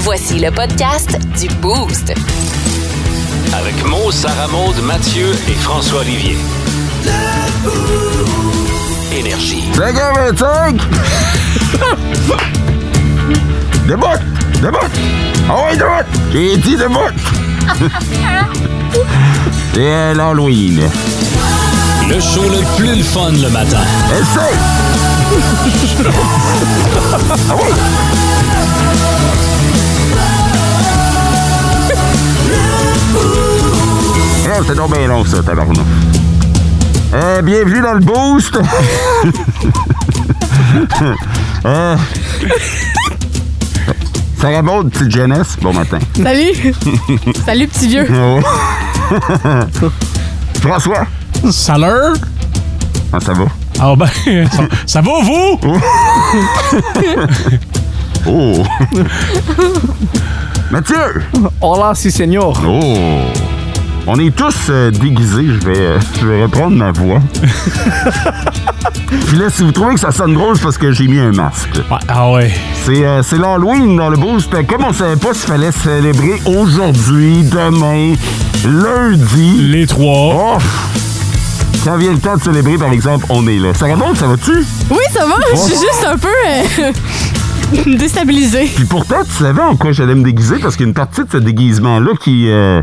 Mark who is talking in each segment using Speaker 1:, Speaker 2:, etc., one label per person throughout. Speaker 1: Voici le podcast du Boost.
Speaker 2: Avec Mo, Sarah Maud, Mathieu et François Olivier. Énergie.
Speaker 3: 5h25! Déboute! Déboute! Ah ouais, déboute! J'ai dit déboute! C'est l'Halloween.
Speaker 2: Le show le plus le fun le matin.
Speaker 3: Essaye! ah oui! Ah, c'est donc bien long, ça, tabarnak. Euh, bienvenue dans le boost! euh, ça remonte, petite jeunesse. Bon matin.
Speaker 4: Salut! Salut, petit vieux!
Speaker 3: Oh. François,
Speaker 5: Salut!
Speaker 3: comment ça va?
Speaker 5: Ah ben, ça, ça va vous?
Speaker 3: Oh! Mathieu!
Speaker 6: Hola, si, señor.
Speaker 3: Oh! On est tous euh, déguisés, je vais, euh, je vais reprendre ma voix. Puis là, si vous trouvez que ça sonne drôle, c'est parce que j'ai mis un masque.
Speaker 5: Ouais, ah ouais.
Speaker 3: C'est euh, c'est l'Halloween dans le boost. Comme on savait pas s'il fallait célébrer aujourd'hui, demain, lundi.
Speaker 5: Les trois.
Speaker 3: Oh! Quand vient le temps de célébrer, par exemple, on est là. Ça remonte, ça va-tu?
Speaker 4: Oui, ça va? Je suis juste un peu euh, déstabilisée.
Speaker 3: Puis pourtant, tu savais en quoi j'allais me déguiser parce qu'il y a une partie de ce déguisement-là qui euh,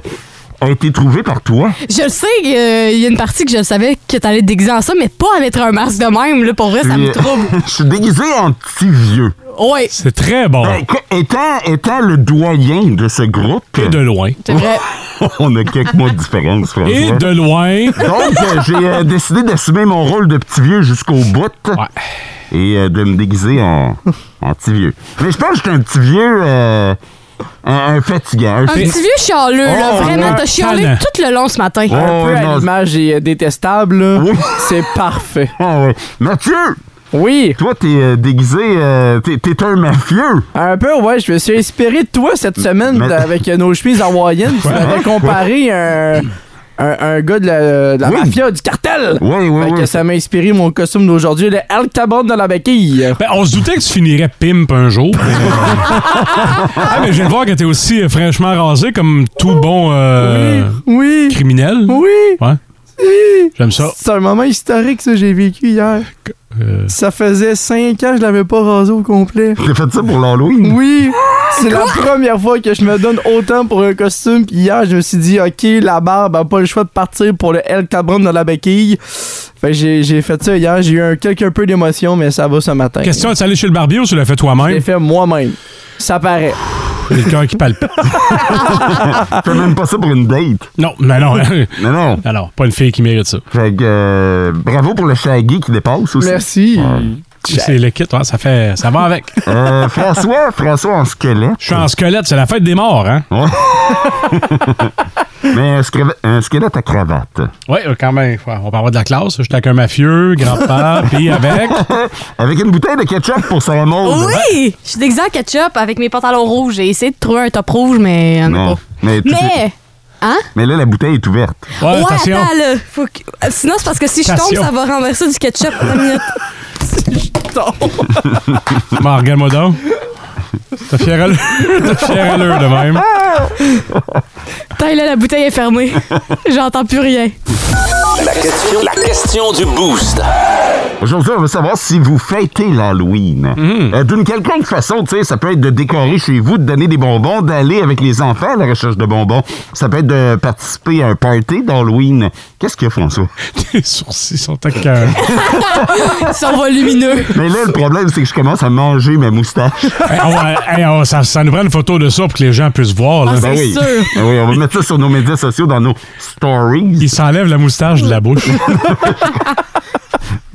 Speaker 3: a été trouvée par toi.
Speaker 4: Je le sais, euh, il y a une partie que je le savais que t'allais te déguiser en ça, mais pas à mettre un masque de même, là, pour vrai, ça me
Speaker 3: Puis, euh,
Speaker 4: trouble.
Speaker 3: Je suis déguisé en petit vieux.
Speaker 4: Ouais,
Speaker 5: C'est très bon.
Speaker 3: Ben, que- étant, étant le doyen de ce groupe,
Speaker 5: Et de loin.
Speaker 4: c'est vrai.
Speaker 3: on a quelques mois de différence, François.
Speaker 5: Et de loin.
Speaker 3: Donc, euh, j'ai euh, décidé d'assumer mon rôle de petit vieux jusqu'au bout
Speaker 5: Ouais.
Speaker 3: et euh, de me déguiser en, en petit vieux. Mais je pense que j'étais un petit vieux, euh, un, un fatigant. un
Speaker 4: Un
Speaker 3: fait-
Speaker 4: petit vieux chialeux, là,
Speaker 3: Oh,
Speaker 4: vraiment,
Speaker 3: ouais.
Speaker 4: t'as chialé
Speaker 5: Tannant.
Speaker 4: tout le long ce matin.
Speaker 3: Oh,
Speaker 6: Un peu
Speaker 3: non.
Speaker 6: à l'image et euh, détestable, là.
Speaker 3: Oui.
Speaker 6: c'est parfait.
Speaker 3: Ah ouais. Mathieu,
Speaker 6: Oui,
Speaker 3: toi, t'es euh, déguisé, euh, t'es- t'es un mafieux.
Speaker 6: un peu, ouais, je me suis inspiré de toi cette semaine
Speaker 3: Mais-
Speaker 6: avec euh, nos chemises hawaïennes. Tu m'avais comparé un, un, un gars de la, de la
Speaker 3: Oui.
Speaker 6: mafia, du cartel.
Speaker 3: Oui, oui,
Speaker 6: Fait
Speaker 3: oui.
Speaker 6: que ça m'a inspiré mon costume d'aujourd'hui, le Al Capone de la béquille.
Speaker 5: Ben, on se doutait que tu finirais pimp un jour. mais- ah, mais je viens de voir que t'es aussi euh, fraîchement rasé comme tout bon euh,
Speaker 6: Oui,
Speaker 5: criminel.
Speaker 6: oui.
Speaker 5: Ouais. J'aime ça.
Speaker 6: C'est un moment historique, ça, j'ai vécu hier.
Speaker 5: Euh,
Speaker 6: Ça faisait 5 ans que je l'avais pas rasé au complet.
Speaker 3: T'as fait ça pour l'Halloween? Ah!
Speaker 6: Oui, c'est la première fois que je me donne autant pour un costume. Puis hier, je me suis dit, OK, la barbe a pas le choix de partir pour le El Cabron dans la béquille. Fait que j'ai j'ai fait ça hier. J'ai eu un quelque peu d'émotion, mais ça va ce matin.
Speaker 5: question, es-tu allé chez le barbier ou tu l'as fait
Speaker 6: Je l'ai
Speaker 5: toi-même?
Speaker 6: fait moi-même. Ça paraît.
Speaker 5: C'est le cœur qui palpite.
Speaker 3: Fais même pas ça pour une date.
Speaker 5: Non, mais non.
Speaker 3: Mais non.
Speaker 5: Alors, pas une fille qui mérite ça.
Speaker 3: Fait que, euh, bravo pour le shaggy qui dépasse aussi.
Speaker 6: Merci.
Speaker 5: C'est le kit, ouais, ça fait. ça va avec.
Speaker 3: Euh, François, François en squelette.
Speaker 5: Je suis en squelette, c'est la fête des morts, hein?
Speaker 3: Mais un, screve- un squelette à cravate.
Speaker 5: Oui, quand même. ouais, On parlera de la classe. J'étais avec un mafieux, grand-père, puis avec.
Speaker 3: Avec une bouteille de ketchup pour sa Maud.
Speaker 4: Oui! Je suis déguisée en ketchup avec mes pantalons rouges. J'ai essayé de trouver un top rouge, mais y'en a
Speaker 3: Non.
Speaker 4: pas.
Speaker 3: Mais, tu-
Speaker 4: Mais,
Speaker 3: mais là, la bouteille est ouverte.
Speaker 5: Ouais,
Speaker 4: ouais,
Speaker 5: attention.
Speaker 4: attends, là. faut que- euh, Sinon, c'est parce que si je tombe,
Speaker 5: Attention.
Speaker 4: ça va renverser du ketchup. Attends une minute.
Speaker 5: Bon, regarde-moi donc. T'as fière allure. T'as fière allure de même.
Speaker 4: Attends, là, la bouteille est fermée. J'entends plus rien.
Speaker 2: La question, la question du boost.
Speaker 3: Aujourd'hui, on veut savoir si vous fêtez l'Halloween.
Speaker 5: Mhm.
Speaker 3: Euh, D'une quelconque façon, tu sais, ça peut être de décorer chez vous, de donner des bonbons, d'aller avec les enfants à la recherche de bonbons. Ça peut être de participer à un party d'Halloween. Qu'est-ce qu'il y a, François?
Speaker 5: Tes sourcils sont à cœur.
Speaker 4: Ça va lumineux.
Speaker 3: Mais là, le problème, c'est que je commence à manger ma moustache.
Speaker 5: Hey, on va- hey, on- ça, ça nous prend une photo de ça pour que les gens puissent voir. Là.
Speaker 4: Ah, c'est
Speaker 3: oui.
Speaker 4: sûr.
Speaker 3: Ben oui, on va mettre ça sur nos médias sociaux, dans nos stories.
Speaker 5: Il s'enlève la moustache de la bouche.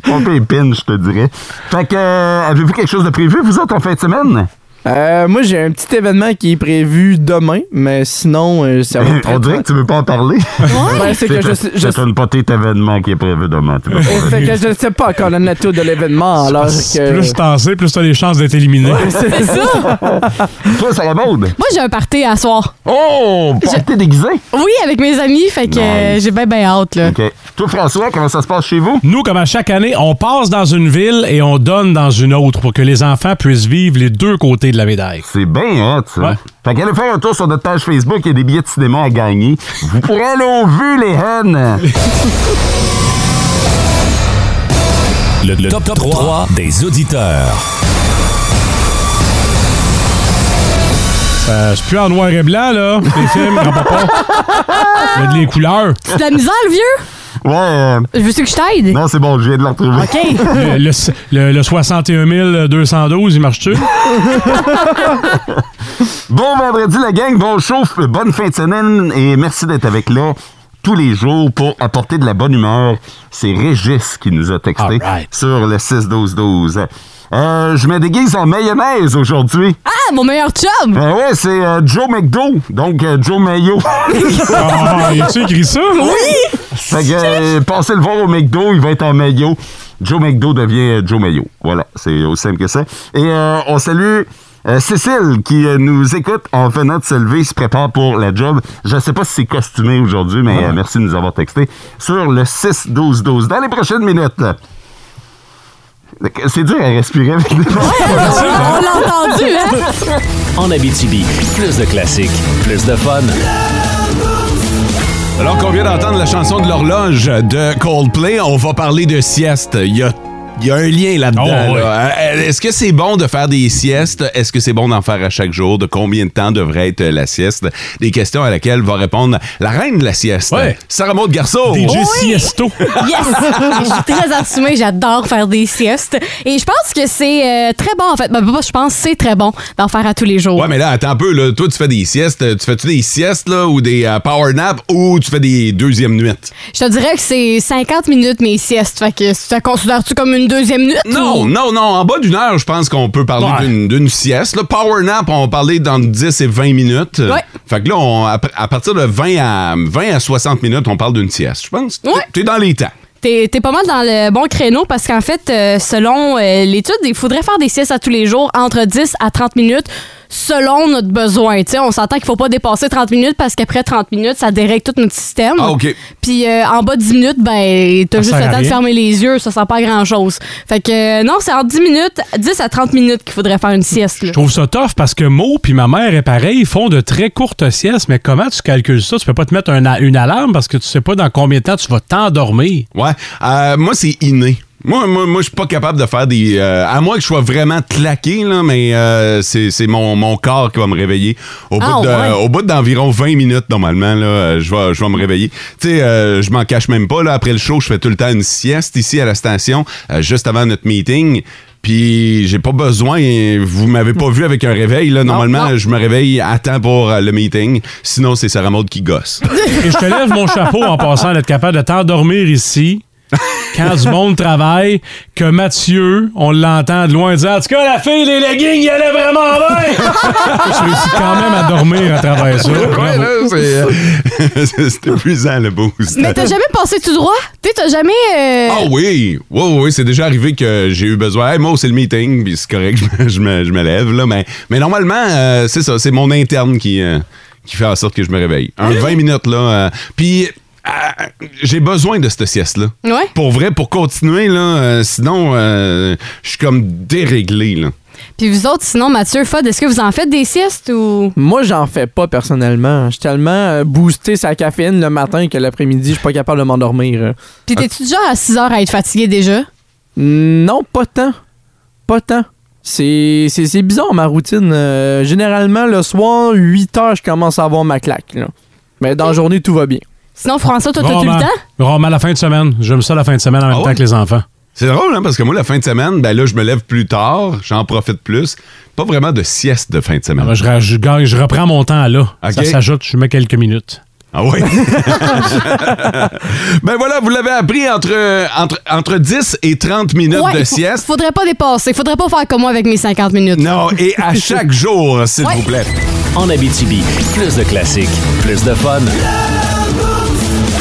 Speaker 3: Pompe et pin, je te dirais. Fait que, euh, avez-vous quelque chose de prévu, vous autres, en fin de semaine?
Speaker 6: Euh, moi, j'ai un petit événement qui est prévu demain, mais sinon, euh, ça va être très
Speaker 3: On dirait que tu veux pas en parler.
Speaker 6: Ouais, c'est que je, sais- je,
Speaker 3: C'est un petit événement qui est prévu demain. tu vois.
Speaker 6: fait que je ne sais pas encore la nature de l'événement, alors que...
Speaker 5: Plus t'en sais, plus t'as des chances d'être éliminé.
Speaker 4: C'est ça.
Speaker 3: Toi, ça la mode.
Speaker 4: Moi, j'ai un party à soir.
Speaker 3: Oh! Party déguisé.
Speaker 4: Oui, avec mes amis, fait que euh, j'ai bien, bien hâte, là.
Speaker 3: OK. Toi, François, comment ça se passe chez vous?
Speaker 5: Nous, comme à chaque année, on passe dans une ville et on donne dans une autre pour que les enfants puissent vivre les deux côtés côté de la médaille.
Speaker 7: C'est bien hot, ça.
Speaker 5: Ouais.
Speaker 7: Fait qu'allez faire un tour sur notre page Facebook, il y a des billets de cinéma à gagner. Vous pourrez aller au vu, les hennes!
Speaker 8: Le, le top, 3, des auditeurs.
Speaker 5: Euh, c'est plus en noir et blanc, là. Les films, grand papa. Il y a de les couleurs.
Speaker 4: C'est de la misère, le vieux?
Speaker 7: Ouais, euh,
Speaker 4: Je veux que je t'aide?
Speaker 7: non, c'est bon, je viens de la retrouver.
Speaker 4: OK.
Speaker 5: Le, le- le- le 61 212, il marche-tu?
Speaker 7: Bon vendredi, la gang, bon show, f- bonne fin de semaine et merci d'être avec là tous les jours pour apporter de la bonne humeur. C'est Régis qui nous a texté
Speaker 5: Alright.
Speaker 7: sur le 6-12-12. Euh, je me déguise en mayonnaise aujourd'hui.
Speaker 4: Ah, mon meilleur chum!
Speaker 7: Ben ouais, c'est euh, Joe McDo, donc euh, Joe Mayo.
Speaker 5: Ah, y a-tu écrit ça? Oui!
Speaker 7: Fait que, euh, passez le voir au McDo, il va être en maillot. Joe McDo devient euh, Joe Mayo. Voilà, c'est aussi simple que ça. Et euh, on salue euh, Cécile qui euh, nous écoute en venant de se lever, se prépare pour la job. Je ne sais pas si c'est costumé aujourd'hui, mais euh, merci de nous avoir texté sur le 6-12-12. Dans les prochaines minutes. là. C'est dur à respirer avec les
Speaker 4: On l'a entendu, hein?
Speaker 8: En Abitibi, plus de classiques, plus de fun.
Speaker 3: Alors qu'on vient d'entendre la chanson de l'horloge de Coldplay, on va parler de sieste. Il y a, il y a un lien là-dedans.
Speaker 5: Oh, oui.
Speaker 3: là. Euh, Est-ce que c'est bon de faire des siestes? Est-ce que c'est bon d'en faire à chaque jour? De combien de temps devrait être la sieste? Des questions à laquelle va répondre la reine de la sieste,
Speaker 5: Ouais.
Speaker 3: Sarah Maud Garceau.
Speaker 5: DJ Siesto.
Speaker 4: Yes! Je suis très assumée, j'adore faire des siestes. Et je pense que c'est euh, très bon, en fait. Ben, pas je pense que c'est très bon d'en faire à tous les jours.
Speaker 3: Ouais, Ah, mais là, attends un peu. Là. Toi, tu fais des siestes. Tu fais-tu des siestes là, ou des euh, power naps ou tu fais des deuxièmes nuits?
Speaker 4: Je te dirais que c'est 50 minutes mes siestes. Fait que ça considères-tu comme une deuxième nuit?
Speaker 3: Non,
Speaker 4: ou-
Speaker 3: non, non. En bas d'une heure, je pense qu'on peut parler
Speaker 5: Ouais.
Speaker 3: d'une- d'une sieste. Le power nap, on parlait dans 10 et 20 minutes.
Speaker 4: Ouais.
Speaker 3: Fait que là, on- à, à partir de 20 à, 20 à 60 minutes, on parle d'une sieste. Je pense.
Speaker 4: Ouais.
Speaker 3: T'es dans les temps.
Speaker 4: T'es t'es pas mal dans le bon créneau parce qu'en fait, euh, selon euh, l'étude, il faudrait faire des siestes à tous les jours entre 10 à 30 minutes selon notre besoin. Tu sais, on s'entend qu'il faut pas dépasser 30 minutes parce qu'après 30 minutes, ça dérègle tout notre système.
Speaker 1: Hmm.
Speaker 3: Ah, OK.
Speaker 4: Puis euh, en bas de 10 minutes, ben, t'as
Speaker 5: Ça
Speaker 4: juste
Speaker 5: sert
Speaker 4: le
Speaker 5: à
Speaker 4: temps de
Speaker 5: rien.
Speaker 4: fermer les yeux, ça sent pas à grand-chose. Fait que euh, non, c'est en 10 minutes, 10 à 30 minutes qu'il faudrait faire une sieste. là.
Speaker 5: Je trouve ça tough parce que Mo puis ma mère est pareil, ils font de très courtes siestes, mais comment tu calcules ça? Tu peux pas te mettre un a- une alarme parce que tu sais pas dans combien de temps tu vas t'endormir.
Speaker 3: Ouais. Euh, moi, c'est inné. Moi, moi, moi je suis pas capable de faire des. euh, à moins que je sois vraiment claqué, là, mais euh, c'est c'est mon, mon corps qui va me réveiller. Au bout,
Speaker 4: Ah,
Speaker 3: de-
Speaker 4: ouais.
Speaker 3: au bout d'environ 20 minutes, normalement, là, euh, je vais, je vais me réveiller. Tu sais, euh, je m'en cache même pas. Là, après le show, je fais tout le temps une sieste ici à la station, euh, juste avant notre meeting. Puis j'ai pas besoin, vous m'avez pas vu avec un réveil. Là. Normalement,
Speaker 4: non.
Speaker 3: je me réveille à temps pour euh, le meeting. Sinon, c'est Sarah Maud qui gosse.
Speaker 5: Et je te lève mon chapeau en passant d'être capable de t'endormir ici. Quand du monde travaille, que Mathieu, on l'entend de loin dire En tout cas, la fille, les leggings, il allait vraiment bien! Je réussis quand même à dormir à travers ça.
Speaker 3: Ouais,
Speaker 5: Bravo.
Speaker 3: là, c'est, euh, c'est c'est épuisant le boost.
Speaker 4: Mais t'as jamais passé tout droit? Tu sais, t'as jamais. euh,
Speaker 3: Ah oui! Oui, oui, oui, c'est déjà arrivé que j'ai eu besoin. Hey, moi, c'est le meeting, puis c'est correct, je me, je me- je me lève, là. Mais, mais normalement, euh, c'est ça, c'est mon interne qui, euh, qui fait en sorte que je me réveille. Un
Speaker 4: Ah.
Speaker 3: 20 minutes, là. euh, puis. euh, J'ai besoin de cette sieste-là.
Speaker 4: Ouais.
Speaker 3: Pour vrai, pour continuer, là, euh, sinon, euh, je suis comme déréglé. Là.
Speaker 4: Puis vous autres, sinon, Mathieu, Fod, est-ce que vous en faites des siestes ou.
Speaker 6: Moi, j'en fais pas personnellement. Je suis tellement euh, boosté sa caféine le matin que l'après-midi, je suis pas capable de m'endormir.
Speaker 4: Puis t'es-tu déjà à 6 heures à être fatigué déjà?
Speaker 6: Non, pas tant. Pas tant. C'est c'est- c'est bizarre ma routine. Euh, généralement, le soir, 8 heures, je commence à avoir ma claque. là. Mais dans la journée, tout va bien.
Speaker 4: Sinon, François, toi, t'as tout
Speaker 5: Rarement.
Speaker 4: le temps?
Speaker 5: Rarement la fin de semaine. J'aime ça la fin de semaine en même
Speaker 3: Ah
Speaker 5: temps
Speaker 3: ouais?
Speaker 5: que les enfants.
Speaker 3: C'est drôle, hein, parce que moi, la fin de semaine, ben là, je me lève plus tard, j'en profite plus. Pas vraiment de sieste de fin de semaine.
Speaker 5: Alors, je, ra- je gagne- je reprends mon temps là.
Speaker 3: Ok.
Speaker 5: Ça s'ajoute, je mets quelques minutes.
Speaker 3: Ah oui? ben voilà, vous l'avez appris entre, entre, entre 10 et 30 minutes
Speaker 4: Ouais,
Speaker 3: de
Speaker 4: faut-
Speaker 3: sieste.
Speaker 4: Faudrait pas dépasser. Faudrait pas faire comme moi avec mes 50 minutes.
Speaker 3: Non, et à chaque jour, s'il
Speaker 4: Ouais.
Speaker 3: vous plaît.
Speaker 8: En Abitibi, plus de classiques, plus de fun.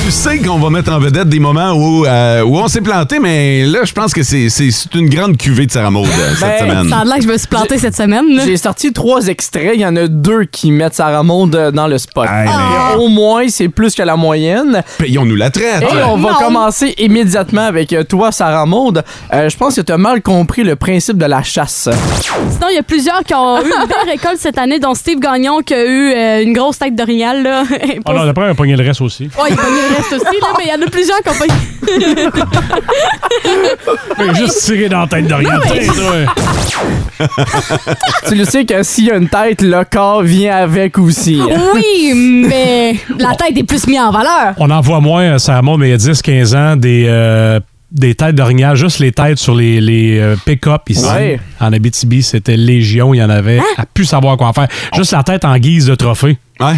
Speaker 3: tu sais qu'on va mettre en vedette des moments où, euh, où on s'est planté, mais là, je pense que c'est- c'est c'est une grande cuvée de Sarah Maud euh, cette
Speaker 6: Ben,
Speaker 3: semaine.
Speaker 4: Ça a l'air que je me suis plantée cette semaine. là.
Speaker 6: J'ai sorti trois extraits, il y en a deux qui mettent Sarah Maud euh, dans le spot.
Speaker 3: Hey,
Speaker 6: Et Au moins, c'est plus que la moyenne.
Speaker 3: Payons-nous Ben, la traite.
Speaker 6: Et on va
Speaker 4: Non.
Speaker 6: commencer immédiatement avec euh, toi, Sarah Maud. Euh, je pense que tu as mal compris le principe de la chasse.
Speaker 4: Sinon, il y a plusieurs qui ont eu une belle récolte cette année, dont Steve Gagnon qui a eu euh, une grosse tête d'orignal. là.
Speaker 5: Ah non, d'après, on a pogné le reste aussi.
Speaker 4: Ouais, il a pogné le reste aussi, là, mais il y en a plusieurs qui ont pogné.
Speaker 5: Mais juste tiré dans la tête de rien. Tiens, toi.
Speaker 6: tu le sais que s'il y a une tête, le corps vient avec aussi.
Speaker 4: Oui, mais la tête est plus mise en valeur.
Speaker 5: On en voit moins, euh, Sarah Maud, mais il y a 10-15 ans, des, euh, des têtes d'orignal, juste les têtes sur les, les, euh, pick-up ici.
Speaker 6: Ouais.
Speaker 5: En Abitibi, c'était Légion, il y en avait
Speaker 6: Hein?
Speaker 5: à plus savoir quoi en faire. Juste la tête en guise de trophée.
Speaker 3: Ouais.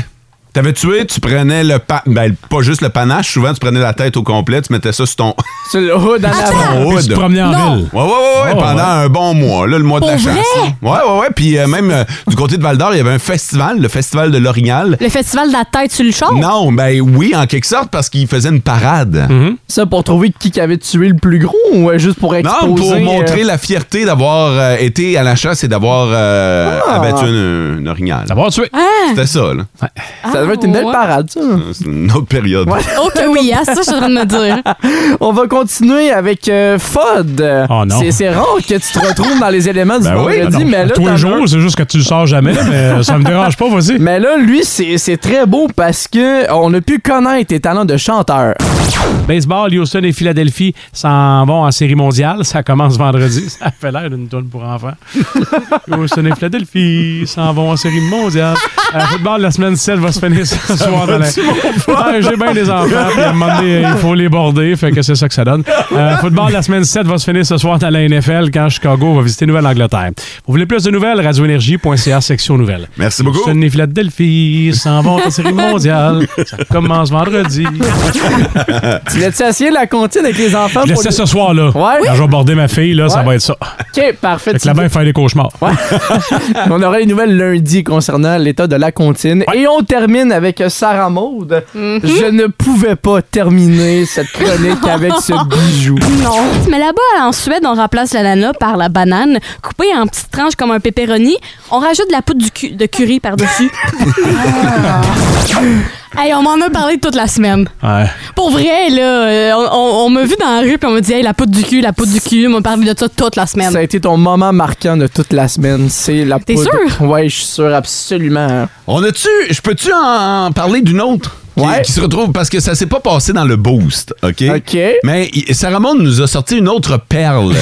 Speaker 3: T'avais tué, tu prenais le pa ben, pas juste le panache, souvent tu prenais la tête au complet, tu mettais ça sur ton,
Speaker 6: Sur le hood en avant.
Speaker 3: ton
Speaker 5: Puis tu
Speaker 3: hood.
Speaker 5: te promenais en
Speaker 4: Non.
Speaker 5: ville.
Speaker 3: Ouais, ouais, ouais, ouais,
Speaker 5: Oh,
Speaker 3: pendant
Speaker 5: ouais.
Speaker 3: un bon mois, là, le mois de la
Speaker 4: Pour
Speaker 3: chasse.
Speaker 4: vrai?
Speaker 3: Ouais, ouais, ouais. Puis euh, même euh, du côté de Val d'Or, il y avait un festival, le festival de l'Orignal.
Speaker 4: Le festival de la tête sur le char.
Speaker 3: Non, ben oui, en quelque sorte, parce qu'il faisait une parade.
Speaker 5: Mhm.
Speaker 6: Ça pour trouver qui qui avait tué le plus gros ou euh, juste pour exposer?
Speaker 3: Non, pour
Speaker 6: euh,
Speaker 3: montrer la fierté d'avoir euh, été à la chasse et d'avoir euh,
Speaker 6: Ah.
Speaker 3: abattu une, une orignale.
Speaker 5: D'abord, tu es.
Speaker 3: C'était ça, là. Euh,
Speaker 6: Ça devait être une belle
Speaker 4: ouais.
Speaker 6: parade, ça.
Speaker 3: C'est une autre période.
Speaker 4: Oh que oui, hein, ça, je suis en train de me dire.
Speaker 6: On va continuer avec euh, FOD.
Speaker 5: Oh non.
Speaker 6: C'est- C'est rare que tu te retrouves dans les éléments du
Speaker 3: Ben oui,
Speaker 6: vendredi,
Speaker 5: Non,
Speaker 6: mais là,
Speaker 5: tous
Speaker 6: t'en
Speaker 5: les
Speaker 6: as un-
Speaker 5: jours, c'est juste que tu le sors jamais, mais euh, ça me dérange pas, vas-y.
Speaker 6: Mais là, lui, c'est c'est très beau parce que on a pu connaître tes talents de chanteur.
Speaker 5: Baseball, Houston et Philadelphie s'en vont en série mondiale. Ça commence vendredi. Ça fait l'air d'une tonne pour enfants. Houston et Philadelphie s'en vont en série mondiale. Le football, la semaine 7 va se finir ce soir dans la... Ouais, J'ai bien des enfants, puis à un moment donné, il faut les border, fait que c'est ça que ça donne. Euh, football, la semaine 7 va se finir ce soir dans la NFL quand Chicago va visiter Nouvelle-Angleterre. Vous voulez plus de nouvelles? Radioénergie.ca, section nouvelles.
Speaker 3: Merci beaucoup.
Speaker 5: Houston et Philadelphie s'en vont en série mondiale. Ça commence vendredi.
Speaker 6: Tu l'as-tu essayé la comptine avec les enfants?
Speaker 5: Je
Speaker 6: pour
Speaker 5: laissais
Speaker 6: les-
Speaker 5: ce soir, là.
Speaker 6: Ouais.
Speaker 5: Quand je vais border ma fille, là, ça
Speaker 6: Ouais.
Speaker 5: va être ça.
Speaker 6: OK, parfait.
Speaker 5: Fait que là-bas, il fait des cauchemars.
Speaker 6: On aura les nouvelles lundi concernant l'état de la comptine. Et on termine avec Sarah Maude.
Speaker 4: Mm-hmm.
Speaker 6: Je ne pouvais pas terminer cette chronique avec ce bijou.
Speaker 4: Non. Mais là-bas, en Suède, on remplace l'ananas par la banane, coupée en petites tranches comme un pepperoni. On rajoute de la poudre du cu- de curry par-dessus. Ah. Hey, on m'en a parlé toute la semaine.
Speaker 5: Ouais.
Speaker 4: Pour vrai, là, euh, on, on- on m'a vu dans la rue puis on m'a dit hey, la poudre du cul, la poudre du cul. On m'a parlé de ça toute la semaine.
Speaker 6: Ça a été ton moment marquant de toute la semaine. C'est la
Speaker 4: T'es
Speaker 6: poudre.
Speaker 4: sûr?
Speaker 6: Ouais, je suis sûr, absolument.
Speaker 3: On a-tu. Je peux-tu en parler d'une autre? Qui,
Speaker 6: Ouais.
Speaker 3: qui se retrouve parce que ça s'est pas passé dans le boost, OK?
Speaker 6: OK.
Speaker 3: Mais y- Sarah Maud nous a sorti une autre perle.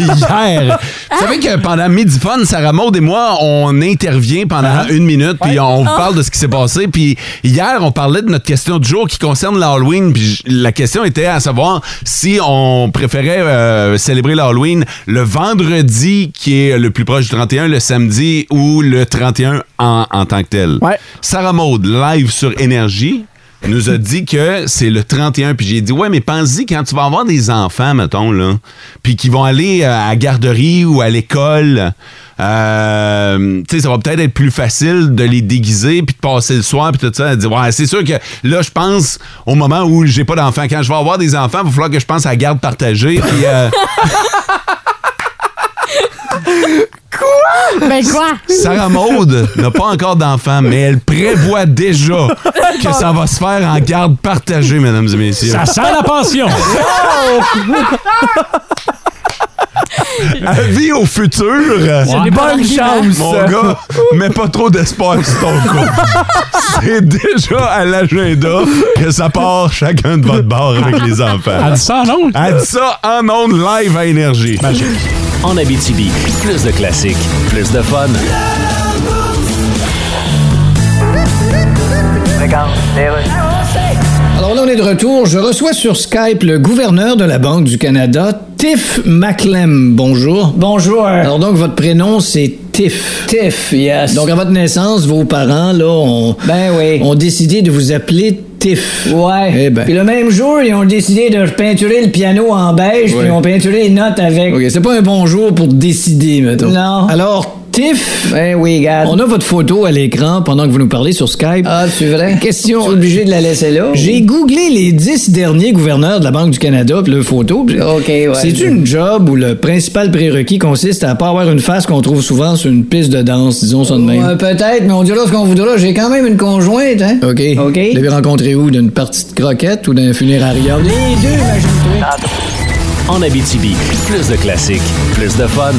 Speaker 3: Hier. Vous savez que pendant Midi Fun, Sarah Maud et moi, on intervient pendant une minute, puis on vous parle de ce qui s'est passé. Puis hier, on parlait de notre question du jour qui concerne l'Halloween. Puis j- la question était à savoir si on préférait euh, célébrer l'Halloween le vendredi qui est le plus proche du 31, le samedi ou le 31 en, en tant que tel.
Speaker 6: Ouais.
Speaker 3: Sarah Maud, live sur Énergie, nous a dit que c'est le 31. Puis j'ai dit, ouais, mais pense-y, quand tu vas avoir des enfants, mettons, là, puis qui vont aller euh, à la garderie ou à l'école, euh, tu sais, ça va peut-être être plus facile de les déguiser, puis de passer le soir, puis tout ça. Elle dit, ouais, c'est sûr que là, je pense au moment où j'ai pas d'enfants. Quand je vais avoir des enfants, il va falloir que je pense à la garde partagée, puis... euh,
Speaker 4: Ben quoi?
Speaker 3: Sarah Maude n'a pas encore d'enfant, mais elle prévoit déjà que ça va se faire en garde partagée, mesdames et messieurs.
Speaker 5: Ça sent la pension.
Speaker 3: Avis au futur.
Speaker 5: Ouais.
Speaker 6: Bonne chance!
Speaker 3: Mon gars, mets pas trop d'espoir sur ton couple. C'est déjà à l'agenda que ça part chacun de votre bord avec les enfants.
Speaker 5: Elle dit ça, non?
Speaker 3: Elle dit ça en ondes live à Énergie.
Speaker 2: En Abitibi, plus de classiques, plus de fun.
Speaker 9: Alors là, on est de retour. Je reçois sur Skype le gouverneur de la Banque du Canada, Tiff Maclem. Bonjour. Bonjour. Alors donc, votre prénom, c'est Tiff. Tiff, yes. Donc, à votre naissance, vos parents, là, ont, ben oui. ont décidé de vous appeler Tiff. Ouais. Eh ben. Puis le même jour, ils ont décidé de peinturer le piano en beige, puis ils ont peinturé les notes avec. OK, c'est pas un bon jour pour décider, mettons. Non. Alors, Tiff? Ben oui, gars. On a votre photo à l'écran pendant que vous nous parlez sur Skype. Ah, c'est vrai? Question. Je suis obligé de la laisser là? J'ai googlé les dix derniers gouverneurs de la Banque du Canada puis leur photo. OK, ouais. C'est une job où le principal prérequis consiste à pas avoir une face qu'on trouve souvent sur une piste de danse, disons ça de même. peut-être, mais on dira ce qu'on voudra. J'ai quand même une conjointe, hein? OK. OK. Vous l'avez rencontré où? D'une partie de croquette ou d'un funérarium? Les deux, imagine-toi.
Speaker 2: En Abitibi, plus de classiques, plus de fun.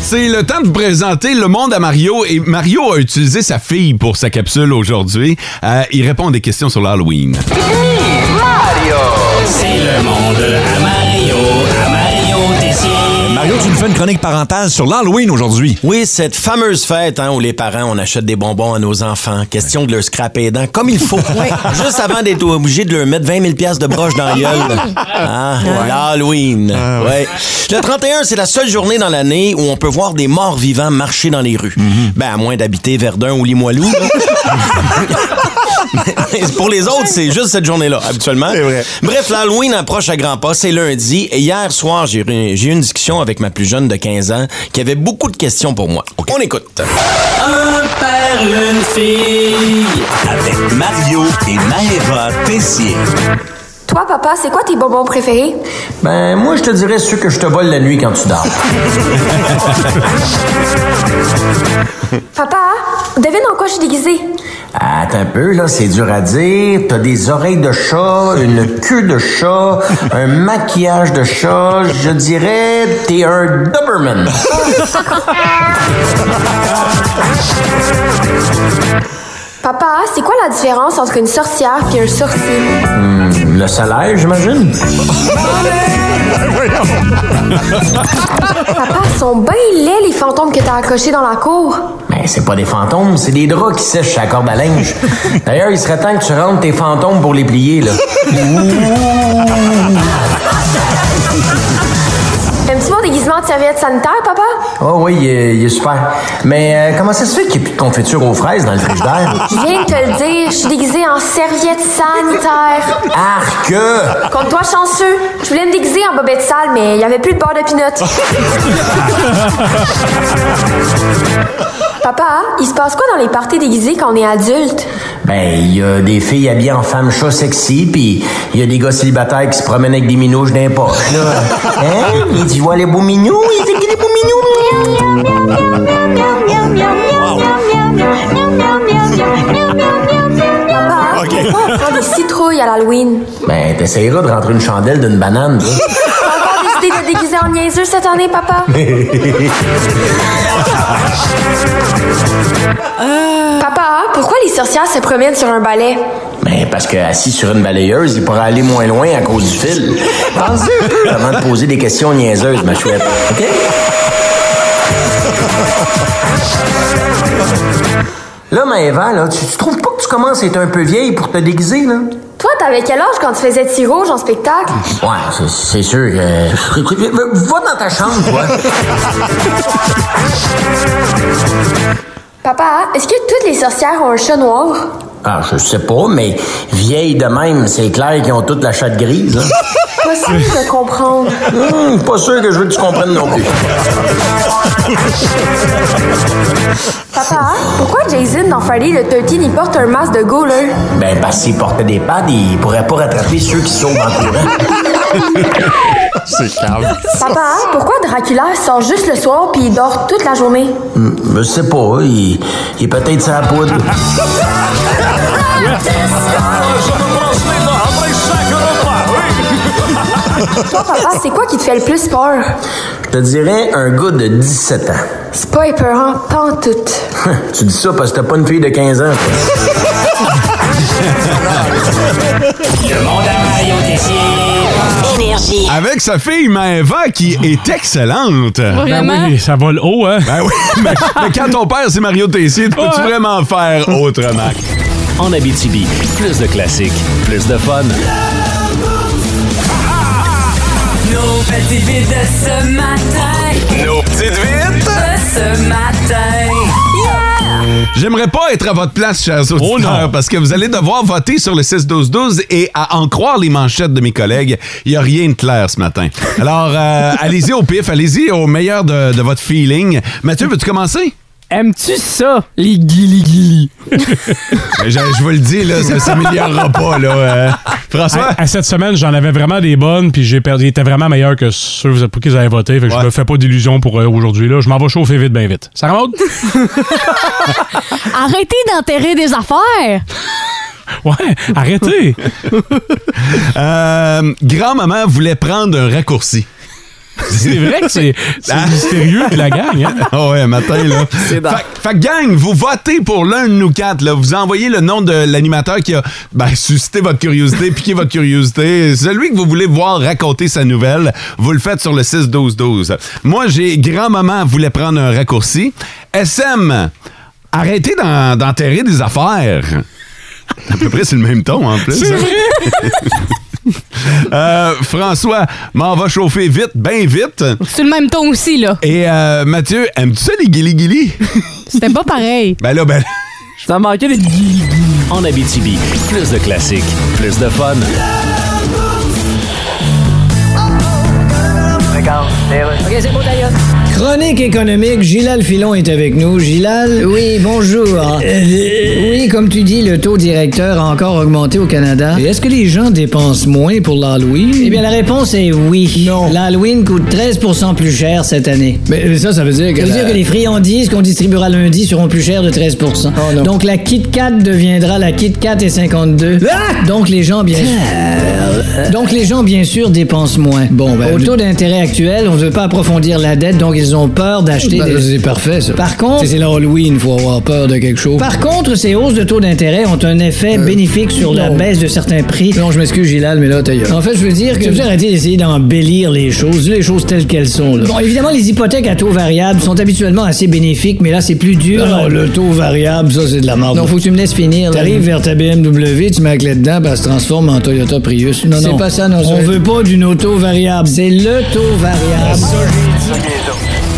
Speaker 3: C'est le temps de vous présenter le monde à Mario et Mario a utilisé sa fille pour sa capsule aujourd'hui. Euh, il répond à des questions sur l'Halloween.
Speaker 8: C'est le monde à Mario, à Mario
Speaker 10: Euh, Mario, tu nous fais une chronique parentale sur l'Halloween aujourd'hui. Oui, cette fameuse fête hein, où les parents, on achète des bonbons à nos enfants. Question de leur scraper les dents comme il faut. Juste avant d'être obligé de leur mettre 20 000 piastres de broche dans la gueule. Ah, L'Halloween. ouais. Le 31, c'est la seule journée dans l'année où on peut voir des morts vivants marcher dans les rues. Ben, à moins d'habiter Verdun ou Limoilou. là. Mais pour les autres, c'est juste cette journée-là, habituellement. Bref, l'Halloween approche à grands pas. C'est lundi. Et hier soir, j'ai eu j'ai eu une discussion avec ma plus jeune de 15 ans qui avait beaucoup de questions pour moi. On écoute.
Speaker 8: Un père, une fille. Avec Mario et Maëva Tessier.
Speaker 1: Toi, papa, c'est quoi tes bonbons préférés?
Speaker 10: Ben, moi, je te dirais ceux que je te vole la nuit quand tu dors.
Speaker 1: Papa, devine en quoi je suis déguisée.
Speaker 10: Attends un peu, là, c'est dur à dire. T'as des oreilles de chat, une queue de chat, un maquillage de chat. Je dirais, t'es un Doberman.
Speaker 1: Papa, c'est quoi la différence entre une sorcière et un sorcier?
Speaker 10: Hmm, le salaire, j'imagine.
Speaker 1: Papa, sont bien laids les fantômes que t'as accrochés dans la cour.
Speaker 10: Mais Ben, c'est pas des fantômes, c'est des draps qui sèchent à la corde à linge. D'ailleurs, il serait temps que tu rentres tes fantômes pour les plier, là.
Speaker 1: Aimes-tu mon déguisement de serviette sanitaire, papa?
Speaker 10: Oh oui, il est, il est super. Mais euh, comment ça se fait qu'il n'y a plus de confiture aux fraises dans le frigidaire?
Speaker 1: Je viens de te le dire, je suis déguisée en serviette sanitaire.
Speaker 10: Arc!
Speaker 1: Comme toi chanceux, je voulais me déguiser en bobette sale, mais il y avait plus de beurre de pinot. Papa, il se passe quoi dans les parties déguisées quand on est adulte?
Speaker 10: Ben, il y a des filles habillées en femmes chats sexy, puis il y a des gars célibataires qui se promènent avec des minouches d'un poche, là. Hein? Il dit, vois les beaux minous, il dit qu'il est beau
Speaker 1: Papa, pourquoi on prend des citrouilles à l'Halloween?
Speaker 10: minou. Ben, t'essayeras de rentrer une chandelle d'une banane, là.
Speaker 1: T'as encore décidé de te déguiser en niaiseux cette année, papa? Papa, pourquoi les sorcières se promènent sur un balai?
Speaker 10: Ben, parce que assis sur une balayeuse, il pourra aller moins loin à cause du fil. Pensez un peu avant de poser des questions niaiseuses, ma chouette. OK? Là, Maëva, là, tu, tu trouves pas que tu commences à être un peu vieille pour te déguiser, là?
Speaker 1: Toi, t'avais quel âge quand tu faisais tir rouge en spectacle?
Speaker 10: Ouais, c'est- c'est sûr. que- Va dans ta chambre, toi.
Speaker 1: Papa, est-ce que toutes les sorcières ont un chat noir?
Speaker 10: Ah, je sais pas, mais vieille de même, c'est clair qu'ils ont toute la chatte grise. hein.
Speaker 1: Pas sûr de comprendre.
Speaker 10: Hum, pas sûr que je veux que tu comprennes non plus.
Speaker 1: Papa, pourquoi Jason dans Friday le 13 il porte un masque de gauler?
Speaker 10: Ben, parce s'ils portaient des pads, ils pourraient pas rattraper ceux qui sauvent en courant. c'est calme.
Speaker 1: Papa, pourquoi Dracula sort juste le soir puis il dort toute la journée?
Speaker 10: Hmm, Je sais pas, il, il est peut-être sa poudre.
Speaker 1: Toi, papa, c'est quoi qui te fait le plus peur?
Speaker 10: Je te dirais un gars de 17 ans.
Speaker 1: C'est pas épeurant, pantoute.
Speaker 10: tu dis ça parce que t'as pas une fille de 15 ans.
Speaker 8: Le monde à Mario Tessier. Énergie.
Speaker 3: Avec sa fille Maëva qui est excellente.
Speaker 5: Ben oui, ça vole haut, hein?
Speaker 3: Ben oui, mais, mais quand ton père c'est Mario Tessier, tu peux-tu
Speaker 5: Ouais.
Speaker 3: vraiment faire autrement?
Speaker 2: En Abitibi, plus de classiques, plus de fun.
Speaker 8: Nos petites vites de ce matin. Nos petites vites de ce matin.
Speaker 3: J'aimerais pas être à votre place, chers auditeurs, parce que vous allez devoir voter sur le 6-12-12 et à en croire les manchettes de mes collègues, il n'y a rien de clair ce matin. Alors, euh, allez-y au pif, allez-y au meilleur de, de votre feeling. Mathieu, veux-tu commencer?
Speaker 6: Aimes-tu ça, les guili-guili?
Speaker 3: Je, je vous le dis, là, ça s'améliorera pas. Là, euh. François?
Speaker 5: À, à cette semaine, j'en avais vraiment des bonnes, puis j'ai perdu. Ils étaient vraiment meilleurs que ceux pour qui vous avez voté. Fait que je me fais pas d'illusions pour euh, aujourd'hui. là. Je m'en vais chauffer vite, bien vite. Ça remonte?
Speaker 4: Arrêtez d'enterrer des affaires.
Speaker 5: Ouais, arrêtez!
Speaker 3: Euh, Grand-maman voulait prendre un raccourci.
Speaker 5: C'est vrai que c'est- c'est mystérieux de la gang, hein?
Speaker 3: Ah ouais, matin, là. Fait, fait que gang, vous votez pour l'un de nous quatre, là. Vous envoyez le nom de l'animateur qui a ben, suscité votre curiosité, piqué votre curiosité. Celui que vous voulez voir raconter sa nouvelle, vous le faites sur le 6-12-12. Moi, j'ai grand-maman voulait prendre un raccourci. SM, arrêtez d'en- d'enterrer des affaires. À peu près, c'est le même ton, en plus.
Speaker 5: C'est
Speaker 3: hein.
Speaker 5: vrai!
Speaker 3: Euh, François, m'en va chauffer vite, bien vite.
Speaker 4: C'est le même ton aussi, là.
Speaker 3: Et euh, Mathieu, aimes-tu ça les guili-guili?
Speaker 4: C'était pas pareil.
Speaker 3: Ben là, ben.
Speaker 6: Ça manquait les
Speaker 2: En Abitibi, plus de classiques, plus de fun.
Speaker 9: OK, c'est Chronique économique, Gilal Filon est avec nous. Gilal, Euh, oui, bonjour. Oui, comme tu dis, le taux directeur a encore augmenté au Canada. Et Est-ce que les gens dépensent moins pour l'Halloween? Eh bien, la réponse est oui. Non. L'Halloween coûte 13 plus cher cette année. Mais ça, ça veut dire que... Ça veut
Speaker 11: la-
Speaker 9: dire que les friandises qu'on distribuera lundi seront plus chères de 13 Donc, la Kit Kat deviendra la Kit Kat et 52. Donc, les gens, bien donc les gens, bien sûr, dépensent moins. Ah! Bon, ben, Au taux d'intérêt actuel, on ne veut pas approfondir la dette, donc ils ont peur d'acheter
Speaker 11: Ben,
Speaker 9: des...
Speaker 11: c'est parfait, ça.
Speaker 9: Par contre...
Speaker 11: C'est
Speaker 9: l'Halloween, il faut avoir peur de quelque chose. Par contre, ces hausses de taux d'intérêt ont un effet bénéfique sur la baisse de certains prix. Euh, Non, je m'excuse, Gilal, mais là, t'as En fait, je veux dire que...
Speaker 11: Tu veux
Speaker 9: arrêter d'essayer d'embellir les choses, les choses telles qu'elles sont, Bon, évidemment, les hypothèques à taux variable sont habituellement assez bénéfiques, mais là, c'est plus dur.
Speaker 11: Ah Non, non, le
Speaker 9: taux variable, ça, c'est de la mort. Non, faut que tu me laisses finir. là.
Speaker 11: T'arrives vers ta BMW, tu mets la clé dedans, ben, elle se transforme en Toyota Prius.
Speaker 9: Non, non. On veut pas d'une auto variable. C'est le taux variable.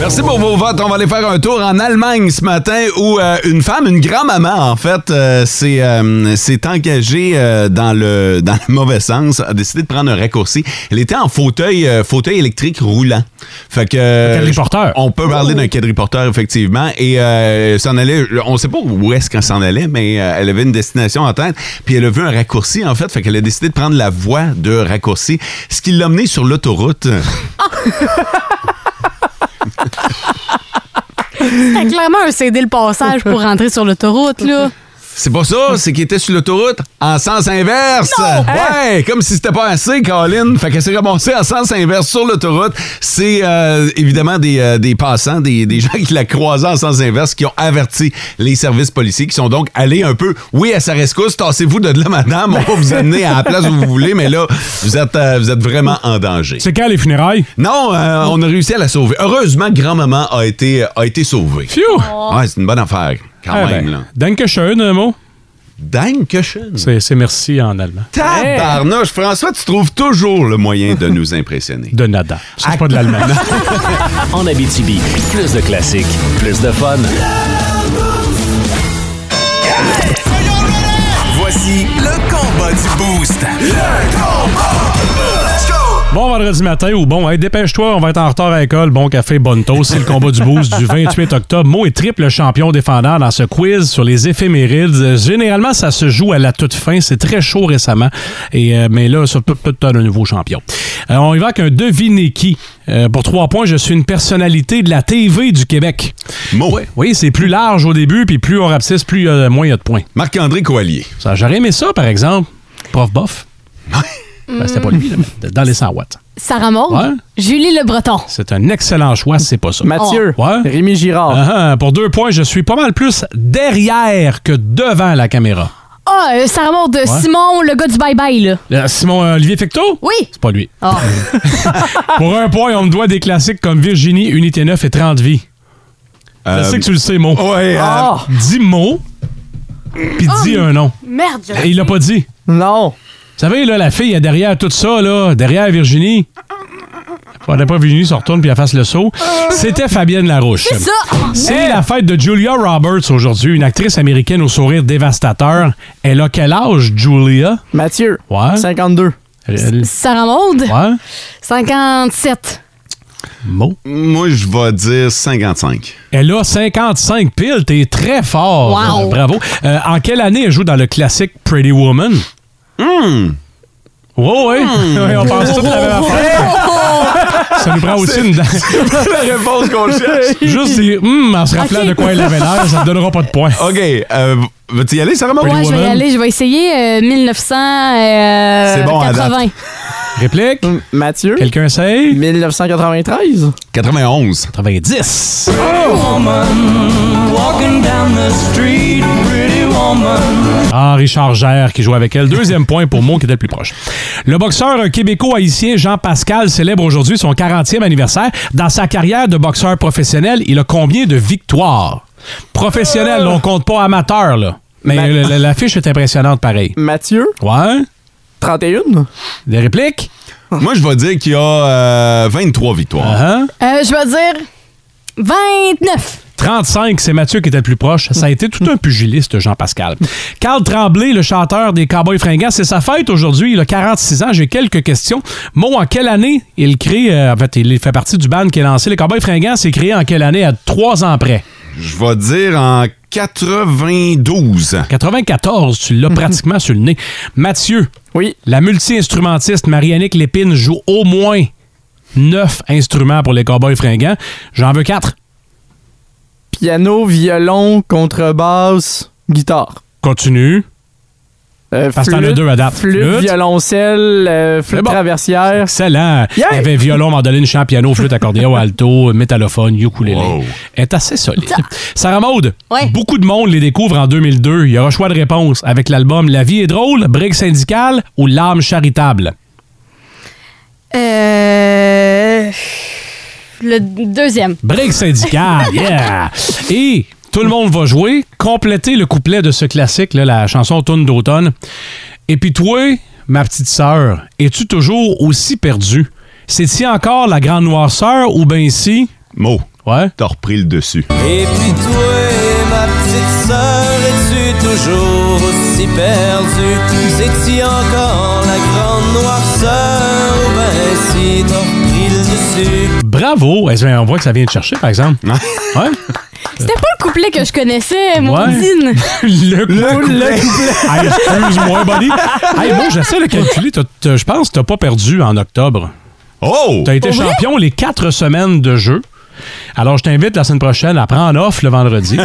Speaker 3: Merci pour vos votes. On va aller faire un tour en Allemagne ce matin où euh, une femme, une grand-maman en fait, euh, s'est euh, s'est engagée euh, dans le dans le mauvais sens, a décidé de prendre un raccourci. Elle était en fauteuil euh, fauteuil électrique roulant. Fait que quadriporteur. On peut parler d'un quadriporteur effectivement et euh, s'en allait on sait pas où est-ce qu'elle s'en allait mais euh, elle avait une destination en tête puis elle a vu un raccourci en fait, fait qu'elle a décidé de prendre la voie de raccourci, ce qui l'a menée sur l'autoroute.
Speaker 4: T'as clairement un CD le passage pour rentrer sur l'autoroute,
Speaker 5: Ben,
Speaker 4: là.
Speaker 3: C'est pas ça, c'est qu'il était sur l'autoroute en sens inverse. Ouais, comme si c'était pas assez, Colin. Fait qu'elle s'est ramassée en sens inverse sur l'autoroute. C'est euh, évidemment des, euh, des passants, des, des gens qui la croisaient en sens inverse, qui ont averti les services policiers, qui sont donc allés un peu, oui, à sa rescousse, tassez-vous de là, madame, on va vous amener à la place où vous voulez, mais là, vous êtes, euh, vous êtes vraiment en danger.
Speaker 5: C'est quand les funérailles?
Speaker 3: Non, euh, on a réussi à la sauver. Heureusement, grand-maman a été, a été sauvée.
Speaker 5: Phew!
Speaker 3: Ouais, c'est une bonne affaire, quand
Speaker 5: Ah
Speaker 3: même,
Speaker 5: ben,
Speaker 3: là.
Speaker 5: Dankeschön, un mot?
Speaker 3: Dankeschön?
Speaker 5: C'est c'est merci en allemand.
Speaker 3: Tabarnouche, François, tu trouves toujours le moyen de nous impressionner.
Speaker 5: De nada. Ça, C'est pas de l'allemand.
Speaker 2: En Abitibi, plus de classiques, plus de fun.
Speaker 8: Voici le combat du Boost. Le combat! Let's go!
Speaker 5: Bon vendredi matin ou bon, hey, dépêche-toi, on va être en retard à l'école. Bon café, bonne toast. C'est le combat du boost du 28 octobre. Mo est triple champion défendeur dans ce quiz sur les éphémérides. Euh, Généralement, ça se joue à la toute fin. C'est très chaud récemment. Et, euh, mais là, surtout, tout un nouveau champion. Euh, on y va avec un devinez qui. Euh, pour trois points, je suis une personnalité de la TV du Québec.
Speaker 3: Mo.
Speaker 5: Oui, oui, c'est plus large au début, puis plus on rapetisse, plus euh, moins il y a de points.
Speaker 3: Marc-André Coallier.
Speaker 5: Ça, J'aurais aimé ça, par exemple. Prof Boff. Ben, c'était pas lui, là, mais dans les 100 watts.
Speaker 4: Hmm. Sarah Maud.
Speaker 5: Ouais.
Speaker 4: Julie Le Breton.
Speaker 5: C'est un excellent choix, c'est pas ça. Ah.
Speaker 4: Mathieu.
Speaker 5: Ouais? Ah,
Speaker 6: Rémi Girard.
Speaker 5: pour deux points, je suis pas mal plus derrière que devant la caméra.
Speaker 4: Ah, euh, Sarah Maud, de
Speaker 5: Ouais.
Speaker 4: Simon, le gars du bye-bye, là.
Speaker 5: Euh, Simon euh, Olivier Fecteau?
Speaker 4: Oui.
Speaker 5: C'est pas lui.
Speaker 4: Ah.
Speaker 5: pour un point, on me doit des classiques comme Virginie, Unité 9 et 30 vies.
Speaker 3: Euh,
Speaker 5: je sais que tu le sais, Mo.
Speaker 3: ouais, euh, Ah.
Speaker 5: Dis Mo, puis dis un nom.
Speaker 4: Oh, Merde, je-
Speaker 5: Et il l'a pas dit.
Speaker 6: Non.
Speaker 5: Vous savez, là, la fille, elle est derrière tout ça, là, derrière Virginie. On n'a pas venu, ils se retourne puis elle fasse le saut. C'était Fabienne Larouche.
Speaker 4: C'est ça!
Speaker 5: C'est la fête de Julia Roberts aujourd'hui, une actrice américaine au sourire dévastateur. Elle a quel âge, Julia?
Speaker 6: Mathieu.
Speaker 5: Ouais.
Speaker 6: 52.
Speaker 4: Sarah Maud,
Speaker 5: Ouais.
Speaker 4: 57.
Speaker 3: Moi, je vais dire 55.
Speaker 5: Elle a 55 piles, t'es très fort.
Speaker 4: Wow.
Speaker 5: Euh, Bravo. Euh, en quelle année elle joue dans le classique Pretty Woman? Hum. ouais.
Speaker 12: Hmm.
Speaker 5: Ouais, on passe tout à
Speaker 12: Oh,
Speaker 5: la
Speaker 4: Oh!
Speaker 5: Ça nous prend aussi une
Speaker 3: C'est pas la réponse qu'on cherche.
Speaker 5: Juste dire, hum, en se rappelant
Speaker 4: Ok.
Speaker 5: de quoi elle avait l'air, ça ne donnera pas de points.
Speaker 3: OK. euh, Veux-tu y aller, Sarah Maud?
Speaker 4: Ouais, je vais y aller, je vais essayer euh, 1980.
Speaker 3: C'est bon, à date.
Speaker 5: Réplique?
Speaker 6: Euh, Mm, Mathieu.
Speaker 5: Quelqu'un sait?
Speaker 6: 1993.
Speaker 3: 91.
Speaker 5: 90. Ah, Richard Gère qui joue avec elle. Deuxième point pour Mo qui était le plus proche. Le boxeur québéco-haïtien Jean Pascal célèbre aujourd'hui son 40e anniversaire. Dans sa carrière de boxeur professionnel, il a combien de victoires? Professionnel, on compte pas amateur, là. Mais le- le- l'affiche est impressionnante pareil.
Speaker 6: Mathieu.
Speaker 5: Ouais.
Speaker 6: 31.
Speaker 5: Des répliques?
Speaker 3: Moi, je vais dire qu'il y a euh, 23 victoires.
Speaker 5: Uh-huh.
Speaker 4: Euh, je vais dire 29.
Speaker 5: 35, c'est Mathieu qui était le plus proche. Ça a été tout un pugiliste, Jean-Pascal. Carl Tremblay, le chanteur des Cowboys fringants, c'est sa fête aujourd'hui. Il a 46 ans. J'ai quelques questions. Mo, en quelle année il crée... euh, en fait, il fait partie du band qui a lancé les Cowboys fringants. C'est créé en quelle année? À trois ans près.
Speaker 3: Je vais dire en 92.
Speaker 5: 94, tu
Speaker 3: Mhm.
Speaker 5: l'as pratiquement sur le nez. Mathieu.
Speaker 6: Oui.
Speaker 5: La multi-instrumentiste Marianique Lépine joue au moins neuf instruments pour les Cowboys fringants. J'en veux quatre.
Speaker 6: Piano, violon, contrebasse, guitare.
Speaker 5: Continue.
Speaker 6: Euh,
Speaker 5: Parce que t'en as deux à date.
Speaker 6: Flûte,
Speaker 5: Flûte.
Speaker 6: violoncelle, euh, flûte traversière.
Speaker 5: Excellent. Il y avait violon, mandoline, chant, piano, flûte, accordéon, alto, métallophone, ukulélé. Elle est assez solide. Sarah Maud, beaucoup de monde les découvre en 2002. Il y aura choix de réponse avec l'album La vie est drôle, Brique syndicale ou L'âme charitable.
Speaker 4: Euh, le deuxième.
Speaker 5: Brique syndicale, yeah! Et tout le monde va jouer, compléter le couplet de ce classique, là, la chanson Tourne d'automne. Et puis toi, ma petite sœur, es-tu toujours aussi perdue? C'est-tu encore la grande noirceur ou ben si...
Speaker 3: Mo,
Speaker 5: ouais?
Speaker 3: t'as repris le dessus.
Speaker 13: Et puis toi, ma petite sœur, es-tu toujours aussi perdue? C'est-tu encore la grande noirceur? Ou ben si t'as repris le dessus?
Speaker 5: Bravo! Eh bien, on voit que ça vient de chercher, par exemple. Ouais.
Speaker 4: C'était pas le couplet que je connaissais, mon
Speaker 5: Ouais.
Speaker 4: cousine.
Speaker 5: Le
Speaker 4: couplet.
Speaker 5: Ah, excuse-moi, buddy. Hey, moi, j'essaie de calculer. T'as- t'as- Je pense que t'as pas perdu en octobre.
Speaker 3: Oh!
Speaker 5: T'as été
Speaker 4: Pour vrai?
Speaker 5: champion les quatre semaines de jeu. Alors, je t'invite la semaine prochaine à prendre off le vendredi.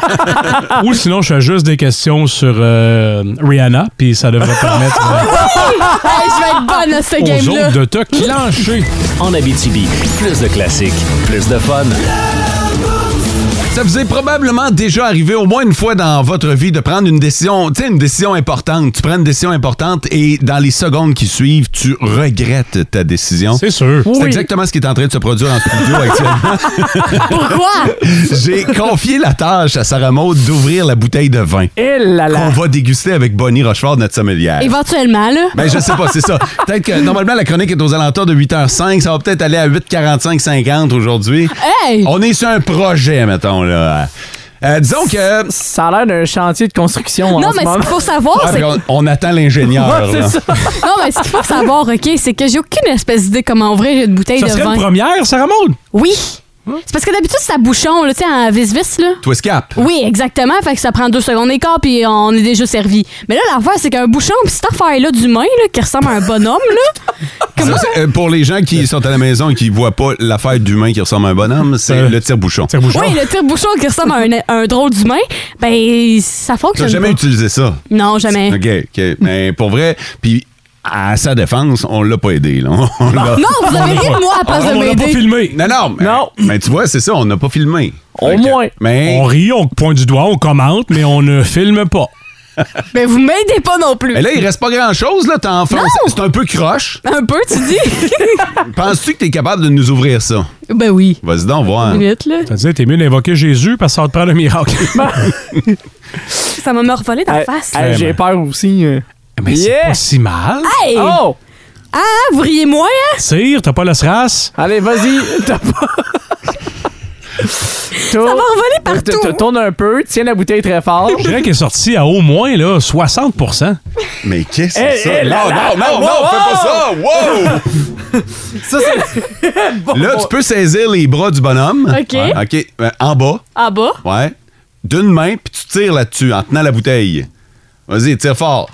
Speaker 5: Ou sinon, je fais juste des questions sur euh, Rihanna, puis ça devrait permettre euh,
Speaker 4: Hey, je vais être bonne à ce
Speaker 5: aux
Speaker 4: game-là.
Speaker 5: autres de te clencher.
Speaker 2: En Abitibi, plus de classiques, plus de fun.
Speaker 3: Ça vous est probablement déjà arrivé au moins une fois dans votre vie de prendre une décision, tu sais, une décision importante. Tu prends une décision importante et dans les secondes qui suivent, tu regrettes ta décision.
Speaker 5: C'est sûr.
Speaker 3: C'est
Speaker 5: Oui.
Speaker 3: exactement ce qui est en train de se produire en studio actuellement.
Speaker 4: Pourquoi?
Speaker 3: J'ai confié la tâche à Sarah Maud d'ouvrir la bouteille de vin. Qu'on va déguster avec Bonnie Rochefort, notre sommelière.
Speaker 4: Éventuellement, là.
Speaker 3: Ben, je sais pas, c'est ça. Peut-être que normalement, la chronique est aux alentours de 8h05. Ça va peut-être aller à 8h45-50 aujourd'hui.
Speaker 4: Hey!
Speaker 3: On est sur un projet, mettons, là. Euh, disons que.
Speaker 6: Ça a l'air d'un chantier de construction.
Speaker 4: Non,
Speaker 6: en ce
Speaker 4: mais ce
Speaker 6: moment.
Speaker 4: qu'il faut savoir,
Speaker 3: Ah,
Speaker 4: c'est.
Speaker 3: puis on, on attend l'ingénieur.
Speaker 6: Ouais,
Speaker 3: là.
Speaker 6: c'est
Speaker 4: Non, mais ce qu'il faut savoir, OK, c'est que j'ai aucune espèce d'idée comment ouvrir une bouteille
Speaker 5: Ça
Speaker 4: de
Speaker 5: serait
Speaker 4: vin.
Speaker 5: une première, Sarah Maud?
Speaker 4: Oui.
Speaker 5: Hein?
Speaker 4: C'est parce que d'habitude, c'est à bouchon, là, tu sais, en vis-vis, là.
Speaker 3: Twist cap.
Speaker 4: Oui, exactement. Fait que ça prend deux secondes et quart, puis on est déjà servi. Mais là, l'affaire, c'est qu'un bouchon, puis cette affaire-là d'humain, là, qui ressemble à un bonhomme, là.
Speaker 3: Ça, c'est- euh, pour les gens qui sont à la maison et qui ne voient pas l'affaire d'humain qui ressemble à un bonhomme, c'est le tire-bouchon.
Speaker 4: Oui, le tire bouchon qui ressemble à un, un drôle d'humain, ben, ça
Speaker 3: Tu
Speaker 4: fonctionne.
Speaker 3: n'as jamais
Speaker 4: pas.
Speaker 3: utilisé ça?
Speaker 4: Non, jamais.
Speaker 3: OK, OK. Mais pour vrai, puis à sa défense, on l'a pas aidé. Là. On l'a-
Speaker 4: non, vous avez ri de moi à place de m'aider.
Speaker 5: filmé.
Speaker 3: Non, non. Mais, mais tu vois, c'est ça, on n'a pas filmé. Au moins. Mais
Speaker 5: On rit, on pointe du doigt, on commente, mais on ne filme pas.
Speaker 4: Ben, vous m'aidez pas non plus.
Speaker 3: Mais là, il reste pas grand-chose, là, t'en fais- C'est un peu croche.
Speaker 4: Un peu, tu dis?
Speaker 3: Penses-tu que t'es capable de nous ouvrir ça?
Speaker 4: ben oui.
Speaker 3: Vas-y donc, voir.
Speaker 4: Minute, là.
Speaker 5: Ça dit, t'es mieux d'invoquer Jésus parce que ça va te prendre le miracle.
Speaker 4: Ça m'a morvolé dans la face.
Speaker 6: Hey, J'ai peur aussi. euh.
Speaker 5: Mais c'est
Speaker 6: Yeah!
Speaker 5: pas si mal.
Speaker 4: Hey!
Speaker 6: Oh!
Speaker 4: Ah, vous riez moins, hein?
Speaker 5: Sire, t'as pas la race?
Speaker 6: Allez, vas-y, t'as pas. Ça va
Speaker 4: envoler
Speaker 6: partout. Te, te tourne un peu, tiens la bouteille très fort.
Speaker 5: Je dirais qu'il est sorti à au moins là, 60
Speaker 3: Mais
Speaker 6: que
Speaker 3: qu'est-ce
Speaker 6: c'est ça? Non, non, non, non, fais pas ça!
Speaker 3: ça, c'est. Là, tu peux saisir les bras du bonhomme.
Speaker 4: OK.
Speaker 3: Ouais. OK. euh, en bas.
Speaker 4: En bas?
Speaker 3: Ouais. D'une main, puis tu tires là-dessus en tenant la bouteille. Vas-y, tire fort.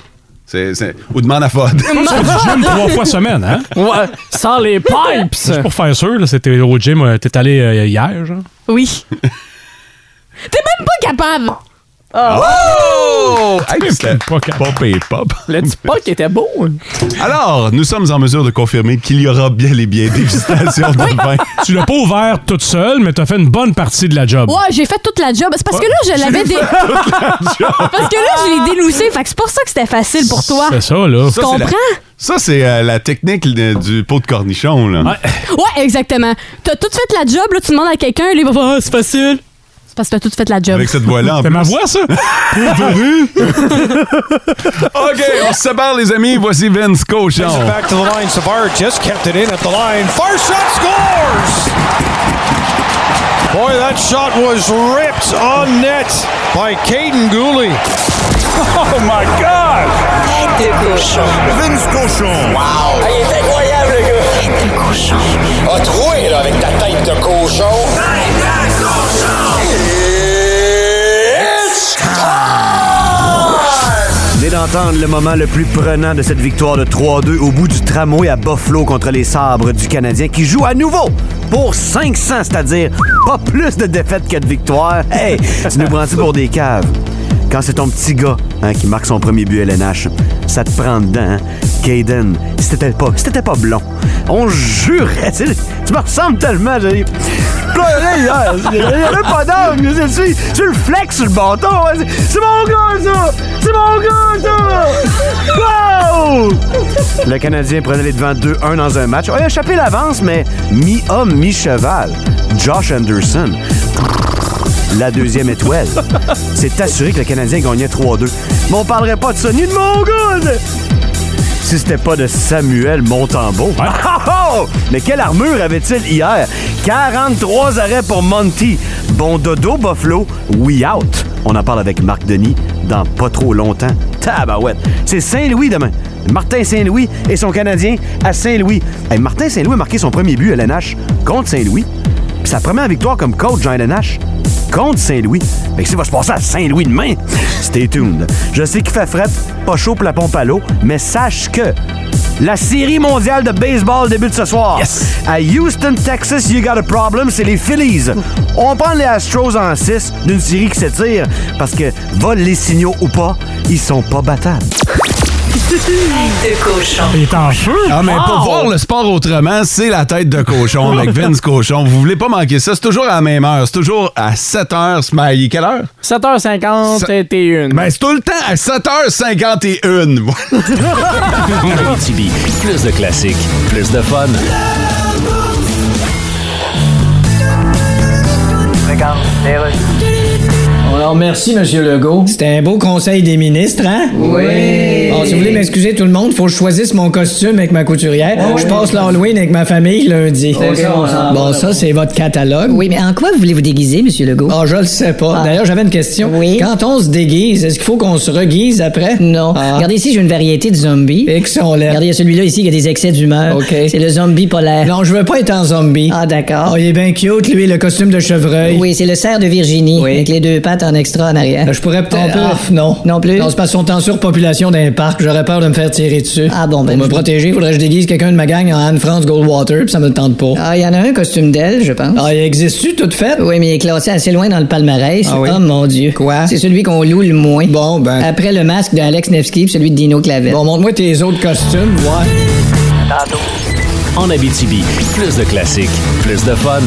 Speaker 3: C'est- c'est- Ou demande à Fod.
Speaker 5: Tu fais du gym trois fois semaine, hein?
Speaker 6: Ouais, sans les pipes!
Speaker 5: Juste pour faire sûr, là, c'était au gym, euh, t'es allé euh, hier, genre.
Speaker 4: Oui. T'es même pas capable!
Speaker 5: Ah.
Speaker 3: Oh! Hey, c'était pop et pop.
Speaker 6: Le petit poc était beau. hein.
Speaker 3: Alors, nous sommes en mesure de confirmer qu'il y aura bien et bien des visitations dans le vin.
Speaker 5: Tu l'as pas ouvert toute seule, mais t'as fait une bonne partie de la job.
Speaker 4: Ouais, j'ai fait toute la job. C'est parce que
Speaker 5: Ouais,
Speaker 4: là, je
Speaker 5: j'ai
Speaker 4: l'avais
Speaker 5: fait
Speaker 4: dé...
Speaker 5: toute
Speaker 4: Parce que là, je l'ai dénoussé. Fait que c'est pour ça que c'était facile pour toi. Tu
Speaker 3: Ça, c'est la-
Speaker 4: comprends?
Speaker 3: Ça, c'est euh, la technique de- du pot de cornichon, là.
Speaker 4: Ouais, exactement. T'as tout fait la job, là, tu demandes à quelqu'un, là, il va faire Ah, c'est facile. C'est parce que t'as tout fait la job.
Speaker 3: Avec cette voix-là, en
Speaker 5: C'est ma voix, ça?
Speaker 3: OK, on se sépare, les amis. Voici Vince Cochon.
Speaker 12: Back to the line. Savard just kept it in at the line. Far shot scores! Boy, that shot was ripped on net by Caden Gooley. Oh my God! Tête de cochon. Vince cochon. Wow! il est incroyable, le gars. Tête de cochon. A troué, là, avec ta tête de cochon. Tête de cochon! It's
Speaker 14: Venez d'entendre le moment le plus prenant de cette victoire de 3-2 au bout du tramway à Buffalo contre les sabres du Canadien qui joue à nouveau pour 500, c'est-à-dire pas plus de défaites que de victoires. Hey, tu nous prends-tu pour des caves? Quand c'est ton petit gars hein, qui marque son premier but LNH, ça te prend dedans. Hein? Caden, si t'étais pas, si t'étais pas blond, on jurait. Tu tu me ressembles tellement. j'ai- Il y a il y a même pas d'âme, je suis. Tu le flex sur le bâton. hein. C'est mon gars, ça! C'est mon gars, ça! Wow! Le Canadien prenait les devants 2-1 dans un match. Oh, a échappé l'avance, mais mi-homme, mi-cheval. Josh Anderson. La deuxième étoile. C'est assuré que le Canadien gagnait 3-2. Mais on parlerait pas de ça, ni de mon gars! Si c'était pas de Samuel Montembeau. Ah, ah, ah! Mais quelle armure avait-il hier? 43 arrêts pour Monty. Bon dodo, Buffalo. We out. On en parle avec Marc Denis dans pas trop longtemps. Tabarouette. C'est Saint-Louis demain. Martin Saint-Louis et son Canadien à Saint-Louis. Hey, Martin Saint-Louis a marqué son premier but à l'NH contre Saint-Louis. Puis sa première victoire comme coach dans LNH contre Saint-Louis. Fait que ça va se passer à Saint-Louis demain. Stay tuned. Je sais qu'il fait fret, pas chaud pour la pompe à l'eau, mais sache que la série mondiale de baseball débute ce soir. À Houston, Texas, you got a problem, c'est les Phillies. On prend les Astros en 6 d'une série qui s'étire parce que, vole les signaux ou pas, ils sont pas battables.
Speaker 15: de cochon.
Speaker 5: Il est en feu.
Speaker 3: Ah, mais pour voir le sport autrement, c'est la tête de cochon avec Vince Cochon. Vous voulez pas manquer ça. C'est toujours à la même heure. C'est toujours à 7h, Smiley. Quelle heure?
Speaker 6: 7h50 et une.
Speaker 3: Ben, c'est tout le temps à 7h51.
Speaker 2: En Abitibi, plus de classiques, plus de fun.
Speaker 9: On leur remercie, M. Legault. C'était un beau conseil des ministres, hein? Oui. Bon, si vous voulez m'excuser tout le monde, faut que je choisisse mon costume avec ma couturière. je passe l'Halloween avec ma famille lundi.
Speaker 11: C'est ça, Ah on s'en
Speaker 9: bon, ça, c'est votre catalogue. Oui, mais en quoi vous voulez vous déguiser, M. Legault? Ah, je le sais pas. D'ailleurs, j'avais une question. Oui. Quand on se déguise, est-ce qu'il faut qu'on se reguise après? Non.
Speaker 11: Regardez ici, j'ai une variété de zombies.
Speaker 9: Et qui sont là.
Speaker 11: Regardez, il y a celui-là ici qui a des excès d'humeur. C'est le zombie polaire.
Speaker 9: Non, je veux pas être un zombie.
Speaker 11: Ah, d'accord.
Speaker 9: Oh, il est bien cute, lui, le costume de chevreuil. Ben,
Speaker 11: Oui, c'est le cerf de Virginie. Avec les deux pattes en extra en arrière.
Speaker 9: Je pourrais peut-être.
Speaker 11: Ah,
Speaker 9: Ah, non.
Speaker 11: Non plus.
Speaker 9: Non, c'est parce qu'on est en surpopulation d'un parc. J'aurais peur de me faire tirer dessus.
Speaker 11: Ah bon, ben.
Speaker 9: Pour me protéger, faudrait que je déguise quelqu'un de ma gang en Anne-France Goldwater, puis ça me le tente pas.
Speaker 11: Ah, il y en a un costume d'elle, je pense.
Speaker 9: Ah, il existe-tu, toute faite?
Speaker 11: Oui, mais il est classé assez loin dans le palmarès.
Speaker 9: Ah oui?
Speaker 11: Oh mon Dieu.
Speaker 9: Quoi?
Speaker 11: C'est celui qu'on loue le moins.
Speaker 9: Bon, ben.
Speaker 11: Après le masque d'Alex Nevsky et celui de Dino Clavel.
Speaker 9: Bon, montre-moi tes autres costumes, ouais.
Speaker 2: En Abitibi, plus de classiques, plus de fun.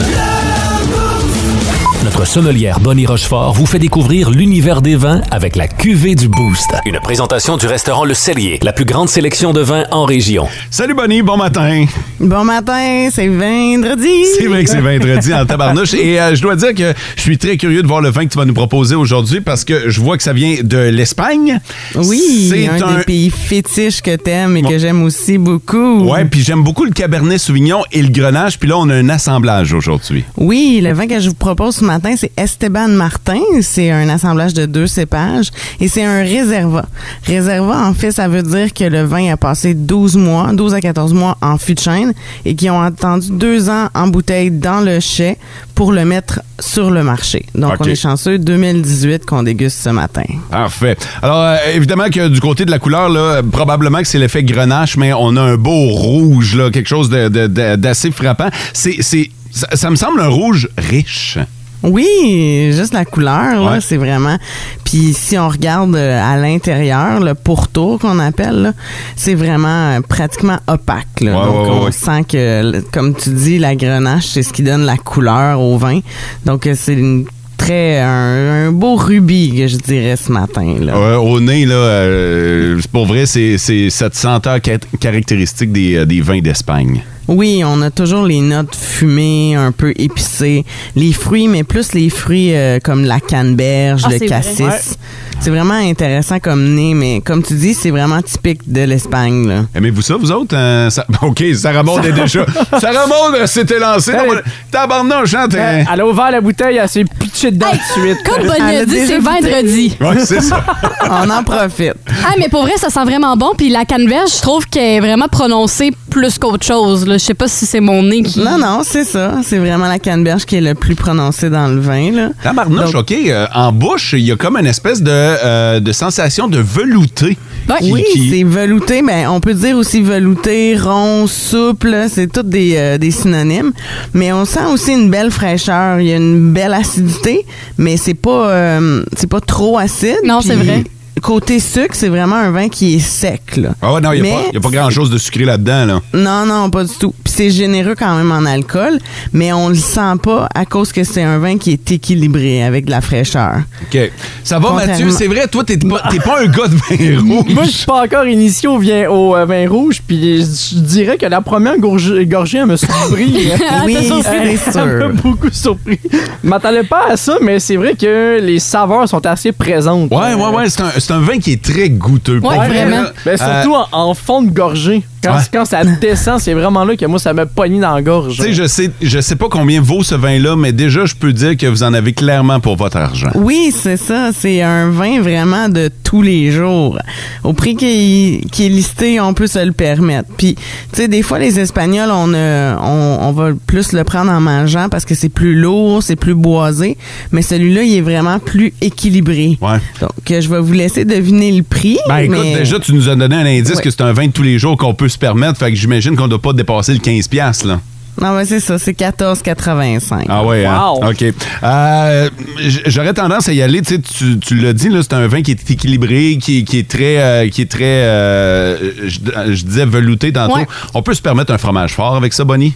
Speaker 16: Notre sommelière Bonnie Rochefort vous fait découvrir l'univers des vins avec la cuvée du Boost.
Speaker 2: Une présentation du restaurant Le Cellier, la plus grande sélection de vins en région.
Speaker 3: Salut Bonnie, bon matin.
Speaker 17: Bon matin, c'est vendredi.
Speaker 3: C'est vrai que c'est vendredi en tabarnouche. Et euh, je dois dire que je suis très curieux de voir le vin que tu vas nous proposer aujourd'hui parce que je vois que ça vient de l'Espagne.
Speaker 17: Oui,
Speaker 3: c'est
Speaker 17: un, des pays fétiches que t'aimes et que j'aime aussi beaucoup.
Speaker 3: Ouais, puis j'aime beaucoup le Cabernet Sauvignon et le Grenache. Puis là, on a un assemblage aujourd'hui.
Speaker 17: Oui, le vin que je vous propose ce matin, c'est Esteban Martin. C'est un assemblage de deux cépages et c'est un réservat. Réservat, en fait, ça veut dire que le vin a passé 12 mois, 12 à 14 mois en fût de chêne et qu'ils ont attendu deux ans en bouteille dans le chai pour le mettre sur le marché. Donc,
Speaker 3: OK.
Speaker 17: on est chanceux, 2018 qu'on déguste ce matin.
Speaker 3: Parfait. Alors, euh, évidemment que du côté de la couleur, là, euh, probablement que c'est l'effet grenache, mais on a un beau rouge, là, quelque chose de- de- de- d'assez frappant. C'est, c'est- ça, ça me semble un rouge riche.
Speaker 17: Oui, juste la couleur, là,
Speaker 3: Ouais.
Speaker 17: c'est vraiment. Puis si on regarde euh, à l'intérieur, le pourtour qu'on appelle, là, c'est vraiment euh, pratiquement opaque. là.
Speaker 3: Ouais,
Speaker 17: Donc
Speaker 3: ouais,
Speaker 17: on
Speaker 3: ouais.
Speaker 17: sent que, le- comme tu dis, la grenache, c'est ce qui donne la couleur au vin. Donc euh, c'est une très un, un beau rubis que je dirais ce matin. Là.
Speaker 3: Euh, au nez, là, euh, pour vrai, c'est, c'est cette senteur ca- caractéristique des, euh, des vins d'Espagne.
Speaker 17: Oui, on a toujours les notes fumées, un peu épicées, les fruits, mais plus les fruits euh, comme la canneberge,
Speaker 18: Ah,
Speaker 17: le
Speaker 18: c'est vrai.
Speaker 17: cassis.
Speaker 18: Ouais.
Speaker 17: C'est vraiment intéressant comme nez, mais comme tu dis, c'est vraiment typique de l'Espagne. là.
Speaker 3: Aimez-vous ça, vous autres? Euh, ça- OK, Sarah Maud est déjà... Sarah Maud euh, s'était lancée. dans le- Tabarnouche, hein, t'es-
Speaker 6: Elle Euh, elle a ouvert la bouteille, elle s'est pitchée dedans tout de suite.
Speaker 4: comme Bonnie a Elle a dit, déjà c'est goûté. vendredi.
Speaker 3: Ouais, c'est ça.
Speaker 17: on en profite.
Speaker 4: Ah, mais pour vrai, ça sent vraiment bon. Puis la canneberge, je trouve qu'elle est vraiment prononcée plus qu'autre chose. là. Je sais pas si c'est mon nez qui.
Speaker 17: Non, non, c'est ça. C'est vraiment la canneberge qui est le plus prononcée dans le vin. Là.
Speaker 3: Tabarnouche,
Speaker 17: Donc-
Speaker 3: OK. euh, en bouche, il y a comme une espèce de, euh, de sensation de velouté. qui-
Speaker 17: oui,
Speaker 3: qui-
Speaker 17: c'est velouté, mais on peut dire aussi velouté, rond, souple, c'est tous des, euh, des synonymes. Mais on sent aussi une belle fraîcheur, il y a une belle acidité, mais c'est pas euh, c'est pas trop acide. Non,
Speaker 4: c'est vrai.
Speaker 17: Côté sucre, c'est vraiment un vin qui est sec. Là.
Speaker 3: Ah ouais, non, il n'y
Speaker 17: Mais-
Speaker 3: a, pas- y a pas grand-chose de sucré là-dedans, là.
Speaker 17: Non, non, pas du tout. Puis c'est généreux quand même en alcool, mais on le sent pas à cause que c'est un vin qui est équilibré avec de la fraîcheur.
Speaker 3: OK. Ça va,
Speaker 17: Contrairement-
Speaker 3: Mathieu? C'est vrai, toi, t'es pas, t'es pas un gars de vin rouge.
Speaker 6: Moi, je suis pas encore initié au, vin- au euh, vin rouge, puis je dirais que la première gorgée, gorgée elle me surpris.
Speaker 17: Oui,
Speaker 6: Elle m'a surpris.
Speaker 17: c'est
Speaker 6: Elle m'a
Speaker 17: sûr.
Speaker 6: beaucoup surpris. Je m'attendais pas à ça, mais c'est vrai que les saveurs sont assez présentes.
Speaker 3: Ouais, ouais, ouais. C'est un, c'est un vin qui est très goûteux. pour vrai, là. Euh,
Speaker 6: Mais Ben, surtout en, en fond de gorgée. Quand,
Speaker 3: Ouais.
Speaker 6: quand ça descend, c'est vraiment là que moi, ça m'a pogné dans la gorge.
Speaker 3: Tu sais, je sais, je sais pas combien vaut ce vin-là, mais déjà, je peux dire que vous en avez clairement pour votre argent.
Speaker 17: Oui, c'est ça. C'est un vin vraiment de tous les jours. Au prix qui, qui est listé, on peut se le permettre. Puis, tu sais, des fois, les Espagnols, on, euh, on, on va plus le prendre en mangeant parce que c'est plus lourd, c'est plus boisé. Mais celui-là, il est vraiment plus équilibré. Donc, euh, je vais vous laisser deviner le prix.
Speaker 3: Ben écoute,
Speaker 17: mais-
Speaker 3: déjà, tu nous as donné un indice
Speaker 17: Ouais.
Speaker 3: que c'est un vin de tous les jours qu'on peut se permettre. Fait que j'imagine qu'on doit pas dépasser le 15$, piastres, là.
Speaker 17: Non, mais c'est ça. C'est 14,85.
Speaker 3: Ah ouais, hein?
Speaker 17: Wow.
Speaker 3: OK. Euh, j- J'aurais tendance à y aller. Tu, sais, tu, tu l'as dit, là, c'est un vin qui est équilibré, qui, qui est très. euh, qui est très euh, je, je disais velouté tantôt.
Speaker 17: Ouais.
Speaker 3: On peut se permettre un fromage fort avec ça, Bonnie?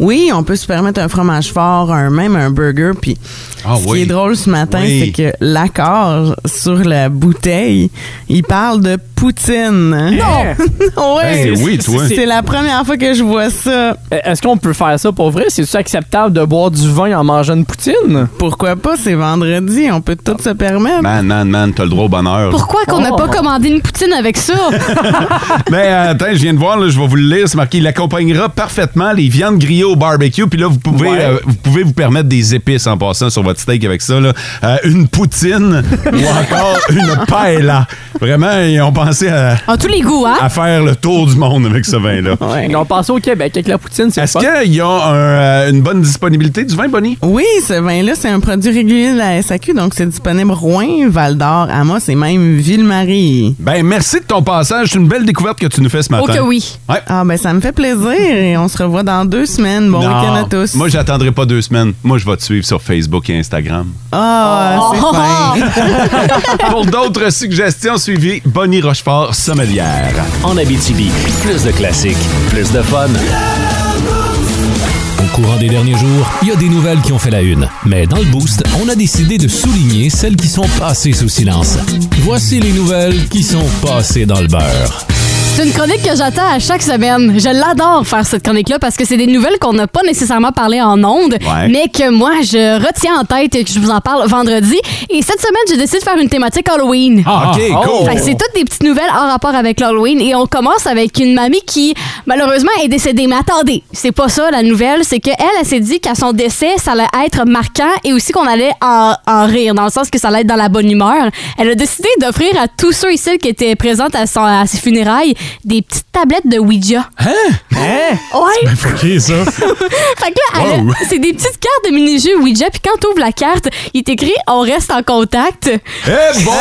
Speaker 17: Oui, on peut se permettre un fromage fort, un, même un burger. Puis,
Speaker 3: Ah
Speaker 17: ce
Speaker 3: oui.
Speaker 17: qui est drôle ce matin,
Speaker 3: Oui.
Speaker 17: c'est que l'accord sur la bouteille, il parle de poutine. Non! oui!
Speaker 6: Ben oui, toi.
Speaker 17: C'est la première fois que je vois ça.
Speaker 6: Euh, Est-ce qu'on peut faire ça pour vrai? C'est-tu acceptable de boire du vin en mangeant une poutine?
Speaker 17: Pourquoi pas? C'est vendredi, on peut tout se permettre.
Speaker 3: Man, man, man, t'as le droit au bonheur.
Speaker 4: Pourquoi qu'on n'a
Speaker 15: Oh.
Speaker 4: pas commandé une poutine avec ça?
Speaker 3: Mais euh, attends, je viens de voir, là, je vais vous le lire, c'est marqué. Il accompagnera parfaitement les viandes grillées au barbecue. Puis là, vous pouvez, euh, vous pouvez vous permettre des épices en passant sur votre steak avec ça. là. Euh, une poutine ou encore une paella. Vraiment, ils ont pensé à,
Speaker 4: En tous les goûts,
Speaker 15: Ah.
Speaker 4: hein?
Speaker 3: à faire le tour du monde avec ce vin-là.
Speaker 6: Ils ont passé au Québec avec la poutine, c'est
Speaker 3: Est-ce qu'il y a un, euh, une bonne disponibilité du vin, Bonnie?
Speaker 17: Oui, ce vin-là, c'est un produit régulier de la SAQ, donc c'est disponible Rouen, Val-d'Or, Amos et même Ville-Marie.
Speaker 3: Ben, merci de ton passage. C'est une belle découverte Oh que tu nous fais ce matin.
Speaker 4: Oh
Speaker 3: Ouais.
Speaker 17: Ah ben ça me fait plaisir et on se revoit dans deux semaines. Bon
Speaker 3: Non.
Speaker 17: week-end à tous.
Speaker 3: Moi, j'attendrai pas deux semaines. Moi, je vais te suivre sur Facebook et Instagram.
Speaker 17: Ah,
Speaker 12: Oh.
Speaker 17: c'est fin.
Speaker 3: Pour d'autres suggestions, suivez Bonnie Rochefort, sommelière.
Speaker 16: En Abitibi, plus de classiques, plus de fun. courant des derniers jours, il y a des nouvelles qui ont fait la une. Mais dans le Boost, on a décidé de souligner celles qui sont passées sous silence. Voici les nouvelles qui sont passées dans le beurre.
Speaker 4: C'est une chronique que j'attends à chaque semaine. Je l'adore faire cette chronique-là parce que c'est des nouvelles qu'on n'a pas nécessairement parlé en ondes,
Speaker 15: Ouais.
Speaker 4: mais que moi, je retiens en tête et que je vous en parle vendredi. Et cette semaine, j'ai décidé de faire une thématique Halloween.
Speaker 15: Ah, ok, cool.
Speaker 4: Fait que c'est toutes des petites nouvelles en rapport avec l'Halloween. Et on commence avec une mamie qui, malheureusement, est décédée. Mais attendez, c'est pas ça la nouvelle. C'est qu'elle, elle, s'est dit qu'à son décès, ça allait être marquant et aussi qu'on allait en, en rire, dans le sens que ça allait être dans la bonne humeur. Elle a décidé d'offrir à tous ceux et celles qui étaient présentes à, son- à ses funérailles des petites tablettes de Ouija.
Speaker 5: Hein?
Speaker 17: Eh?
Speaker 4: Hein? Ouais!
Speaker 5: Ben, fucké, ça.
Speaker 4: fait que là, elle a-
Speaker 5: Wow.
Speaker 4: c'est des petites cartes de mini-jeux Ouija, puis quand t'ouvres la carte, il t'écrit « On reste en contact ». Hein?
Speaker 3: Eh boy!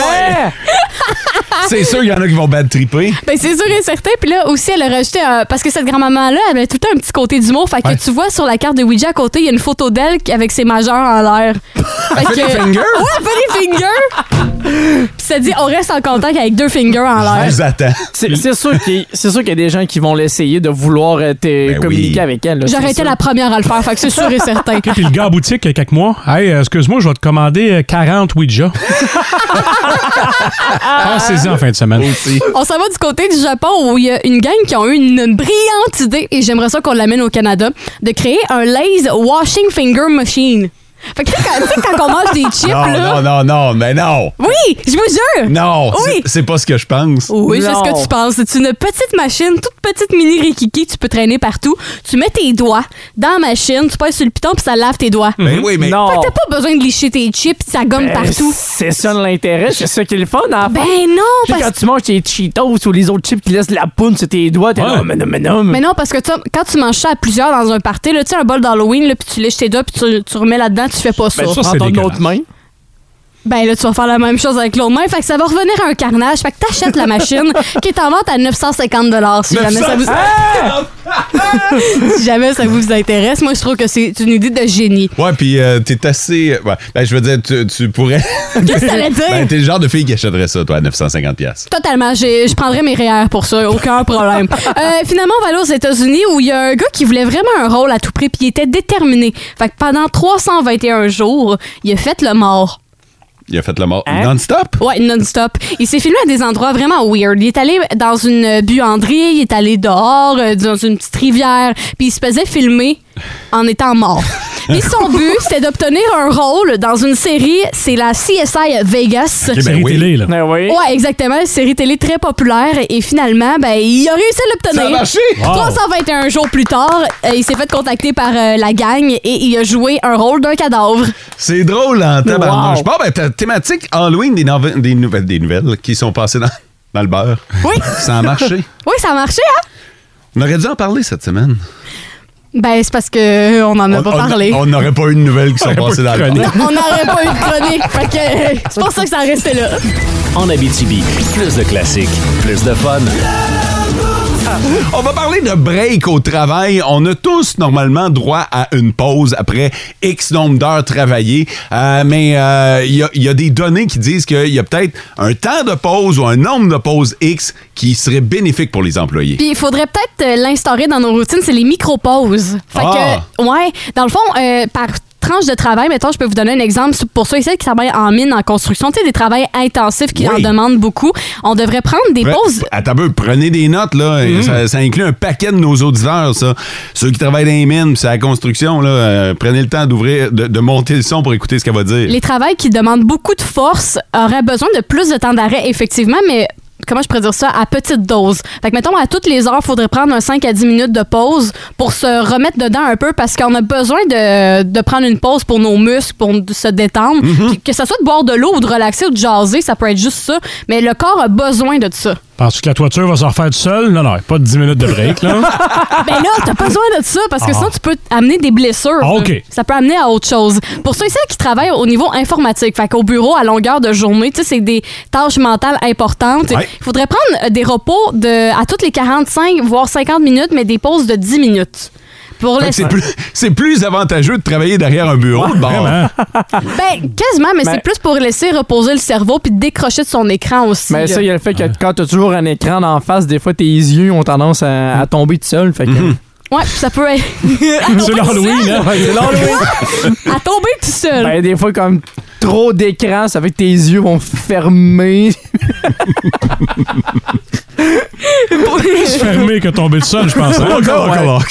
Speaker 3: C'est sûr qu'il y en a qui vont bad triper.
Speaker 4: Ben, c'est sûr et certain. Puis là aussi, elle a rajouté. un- parce que cette grand-maman-là, elle avait tout le temps un petit côté d'humour. Fait que tu vois sur la carte de Ouija à côté, il y a une photo d'elle avec ses majeurs en l'air. Fait
Speaker 15: Elle fait des fingers?
Speaker 4: Ouais, elle fait des fingers! Puis ça dit, on reste en contact avec deux fingers en l'air.
Speaker 3: attends.
Speaker 6: C'est c'est sûr qu'il c'est sûr qu'il y a des gens qui vont l'essayer de vouloir euh, te- communiquer avec elle. là, c'est
Speaker 4: J'aurais été
Speaker 6: sûr.
Speaker 4: la première à le faire. Fait que c'est sûr et certain.
Speaker 5: Puis le gars à boutique, il y a quelques mois, hey, euh, excuse-moi, je vais te commander euh, 40 Ouija. Pensez-y en fin de semaine.
Speaker 4: On s'en va du côté du Japon où il y a une gang qui ont eu une brillante idée, et j'aimerais ça qu'on l'amène au Canada, de créer un laser washing finger machine. Fait que tu sais, quand, tu sais, quand on mange des chips,
Speaker 3: non,
Speaker 4: là.
Speaker 3: non, non, non, mais non!
Speaker 4: Oui, je vous jure!
Speaker 3: Non!
Speaker 4: Oui!
Speaker 3: C'est c'est pas ce que je pense.
Speaker 4: Oui, c'est ce que tu penses. C'est une petite machine, toute petite mini rikiki, tu peux traîner partout. Tu mets tes doigts dans la machine, tu passes sur le piton, puis ça lave tes doigts.
Speaker 3: Ben oui, mais- Non.
Speaker 4: Fait que t'as pas besoin de licher tes chips, ça gomme
Speaker 6: Ben,
Speaker 4: partout.
Speaker 6: C'est ça l'intérêt, c'est ça qui est le fun, en
Speaker 4: Ben
Speaker 6: fait.
Speaker 4: non,
Speaker 6: Tu sais,
Speaker 4: parce-
Speaker 6: Quand tu manges tes Cheetos ou les autres chips qui laissent la poune sur tes doigts, t'es là, oh, mais non, mais non.
Speaker 4: Mais non, parce que tu- quand tu manges ça à plusieurs dans un party, là, tu sais, un bol d'Halloween, là, puis tu liches tes doigts, puis tu, tu remets là-dedans, tu fais pas ça.
Speaker 6: Ben, ça, c'est Prends ton dégueulasse. autre main.
Speaker 4: Ben là, tu vas faire la même chose avec l'autre main. Fait que ça va revenir à un carnage. Fait que t'achètes la machine qui est en vente à 950 si jamais ça vous... si jamais ça vous intéresse, moi je trouve que c'est une idée de génie.
Speaker 3: Ouais, puis euh, t'es assez. ouais. Ben, je veux dire, tu, tu pourrais.
Speaker 4: Qu'est-ce que t'allais dire?
Speaker 3: Ben, t'es le genre de fille qui achèterait ça, toi, à 950$.
Speaker 4: Totalement, j'ai- je prendrais mes REER pour ça, aucun problème. Euh, finalement, on va aller aux États-Unis où il y a un gars qui voulait vraiment un rôle à tout prix puis il était déterminé. Fait que pendant 321 jours, il a fait le mort.
Speaker 3: Il a fait le mort
Speaker 4: Hein?
Speaker 3: non-stop.
Speaker 4: Ouais, non-stop. Il s'est filmé à des endroits vraiment weird. Il est allé dans une buanderie, il est allé dehors, euh, dans une petite rivière, puis il se faisait filmer en étant mort. Puis son but, c'était d'obtenir un rôle dans une série, c'est la CSI Vegas.
Speaker 5: Ok, ben Série oui. télé, là. Ben
Speaker 6: oui.
Speaker 4: Ouais, exactement, une série télé très populaire et finalement, ben, il a réussi à l'obtenir.
Speaker 15: Ça a marché! Wow.
Speaker 4: 321 jours plus tard, euh, il s'est fait contacter par euh, la gang et il a joué un rôle d'un cadavre.
Speaker 3: C'est drôle en tabarnouche.
Speaker 4: Wow.
Speaker 3: Bon, ben, ta thématique Halloween des, nove- des nouvelles, des nouvelles qui sont passées dans, dans le beurre.
Speaker 4: Oui.
Speaker 3: Ça a marché.
Speaker 4: Oui, ça a marché, hein?
Speaker 3: On aurait dû en parler cette semaine.
Speaker 4: Ben, c'est parce que euh, on n'en a pas parlé.
Speaker 3: On n'aurait pas eu de nouvelles qui sont passées dans le
Speaker 4: Non, on n'aurait pas eu de chronique. Fait que euh, c'est pour ça que ça restait là.
Speaker 16: En Abitibi, plus de classiques, plus de fun.
Speaker 3: On va parler de break au travail. On a tous normalement droit à une pause après X nombre d'heures travaillées. Euh, mais euh, il y a- il y, a des données qui disent qu'il y a peut-être un temps de pause ou un nombre de pauses X qui serait bénéfique pour les employés.
Speaker 4: Puis il faudrait peut-être euh, l'instaurer dans nos routines, c'est les micro-pauses. Fait
Speaker 3: Ah.
Speaker 4: que, ouais, dans le fond, euh, par tranche de travail, mettons, je peux vous donner un exemple pour ceux et celles qui travaillent en mine, en construction, tu sais, des travails intensifs qui en demandent beaucoup. On devrait prendre des
Speaker 3: Pre-
Speaker 4: pauses.
Speaker 3: Attends un peu, prenez des notes, là.
Speaker 4: Mm-hmm.
Speaker 3: Ça, ça inclut un paquet de nos auditeurs, ça. Ceux qui travaillent dans les mines, puis c'est la construction, là. euh, prenez le temps d'ouvrir, de, de monter le son pour écouter ce qu'elle va dire.
Speaker 4: Les travails qui demandent beaucoup de force auraient besoin de plus de temps d'arrêt, effectivement, mais comment je pourrais dire ça, à petite dose. Fait que, mettons, à toutes les heures, il faudrait prendre un 5 à 10 minutes de pause pour se remettre dedans un peu parce qu'on a besoin de, de prendre une pause pour nos muscles, pour n- se détendre. Puis Que ce soit de boire de l'eau ou de relaxer ou de jaser, ça peut être juste ça, mais le corps a besoin de ça.
Speaker 5: Penses-tu que la toiture va se refaire tout seul? Non, non, pas de 10 minutes de break, là.
Speaker 4: ben là, t'as pas besoin de ça parce que
Speaker 5: Ah.
Speaker 4: sinon, tu peux amener des blessures.
Speaker 5: Ah, OK.
Speaker 4: Ça peut amener à autre chose. Pour ceux et celles qui travaillent au niveau informatique, fait qu'au bureau à longueur de journée, tu sais, c'est des tâches mentales importantes. Il
Speaker 15: Ouais.
Speaker 4: faudrait prendre euh, des repos de, à toutes les 45, voire 50 minutes, mais des pauses de 10 minutes. Pour
Speaker 3: Fait
Speaker 4: les...
Speaker 3: que C'est plus, c'est plus avantageux de travailler derrière un bureau de bord.
Speaker 4: Ben, quasiment, mais
Speaker 6: Ben-
Speaker 4: c'est plus pour laisser reposer le cerveau puis décrocher de son écran aussi. là.
Speaker 6: Mais ça, il y a le fait que quand t'as toujours un écran en face, des fois tes yeux ont tendance à, à tomber tout seul. Fait que,
Speaker 4: Ouais, ça peut être.
Speaker 5: C'est l'Halloween, hein? Ouais, c'est l'Halloween.
Speaker 4: À tomber tout seul.
Speaker 6: Ben, des fois, comme trop d'écran, ça fait que tes yeux vont fermer.
Speaker 5: Plus fermé que tombé de sol, je pense. hein?
Speaker 6: Encore, encore,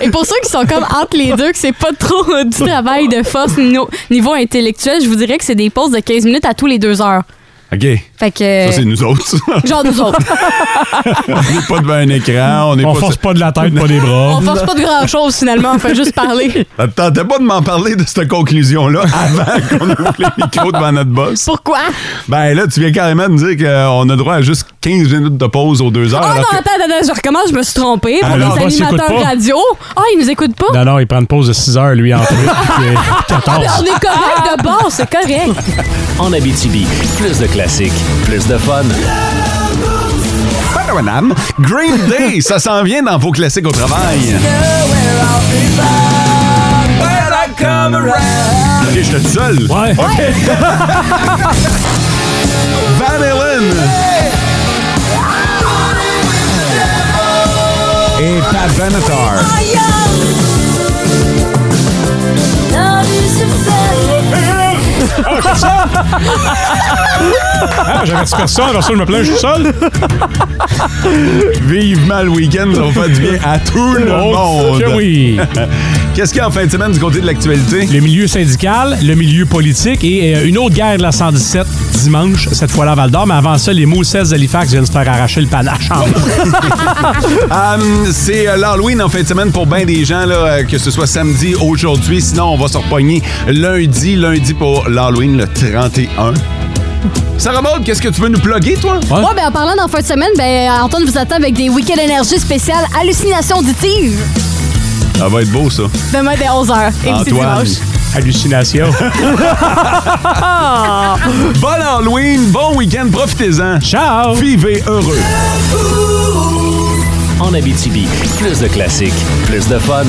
Speaker 4: Et pour ceux qui sont comme entre les deux, que c'est pas trop euh, du travail de force no- niveau intellectuel, je vous dirais que c'est des pauses de 15 minutes à tous les deux heures.
Speaker 3: OK.
Speaker 4: Fait que. euh,
Speaker 3: Ça, c'est nous autres. ça.
Speaker 4: Genre nous autres.
Speaker 3: on n'est pas devant un écran. On, n'est
Speaker 5: On force pas de la tête, pas des bras.
Speaker 4: On force pas de grand chose finalement, on fait juste
Speaker 3: Ah,
Speaker 4: parler. Ah.
Speaker 3: Attends, t'as Ben, pas de m'en parler de cette conclusion-là avant qu'on ouvre les micros devant notre boss?
Speaker 4: Pourquoi?
Speaker 3: Ben là, tu viens carrément de dire qu'on a droit à juste 15 minutes de pause aux deux heures.
Speaker 4: Oh non,
Speaker 3: alors que-
Speaker 4: attends, attends, je recommence, je me suis trompée. Pour
Speaker 3: Alors,
Speaker 4: les
Speaker 3: boss, il écoute
Speaker 4: animateurs
Speaker 3: pas.
Speaker 4: radio. Ah, ils nous écoutent pas?
Speaker 5: Non, non, il prend une pause de 6 heures, lui, en plus. puis, euh,
Speaker 4: Ah,
Speaker 5: 14.
Speaker 4: ben, on est correct de bord, c'est correct.
Speaker 2: En Abitibi, plus de classiques, plus de fun.
Speaker 3: Madame, ben, madame, Green Day, ça s'en vient dans vos classiques au travail. Ok, je suis seul. Ouais. Van Halen. Et Pat Benatar.
Speaker 5: Ah, j'avais dit personne, alors ça, je me plains, je suis seul.
Speaker 3: Vivement le week-end, ça va faire du bien à tout le
Speaker 5: Oh,
Speaker 3: monde.
Speaker 5: que oui.
Speaker 3: Qu'est-ce qu'il y a en fin de semaine du côté de l'actualité?
Speaker 5: Le milieu syndical, le milieu politique et euh, une autre guerre de la 117 dimanche, cette fois-là à Val d'Or. Mais avant ça, les mots 16 d'Halifax viennent se faire arracher le panache en haut.
Speaker 3: Hum, c'est euh, l'Halloween en fin de semaine pour bien des gens, là, euh, que ce soit samedi, aujourd'hui. Sinon, on va se repogner lundi, lundi pour l'Halloween, le 31. Sarah Maud, qu'est-ce que tu veux nous plugger, toi?
Speaker 4: Ouais, ben en parlant d'en fin de semaine, ben Antoine vous attend avec des week-ends énergie spéciales hallucinations auditives.
Speaker 3: Ça va être beau, ça.
Speaker 4: Demain dès 11h. Et c'est
Speaker 3: Antoine.
Speaker 4: dimanche.
Speaker 5: Hallucination.
Speaker 3: bon Halloween, bon week-end, profitez-en.
Speaker 5: Ciao!
Speaker 3: Vivez heureux.
Speaker 2: En Abitibi, plus de classiques, plus de fun.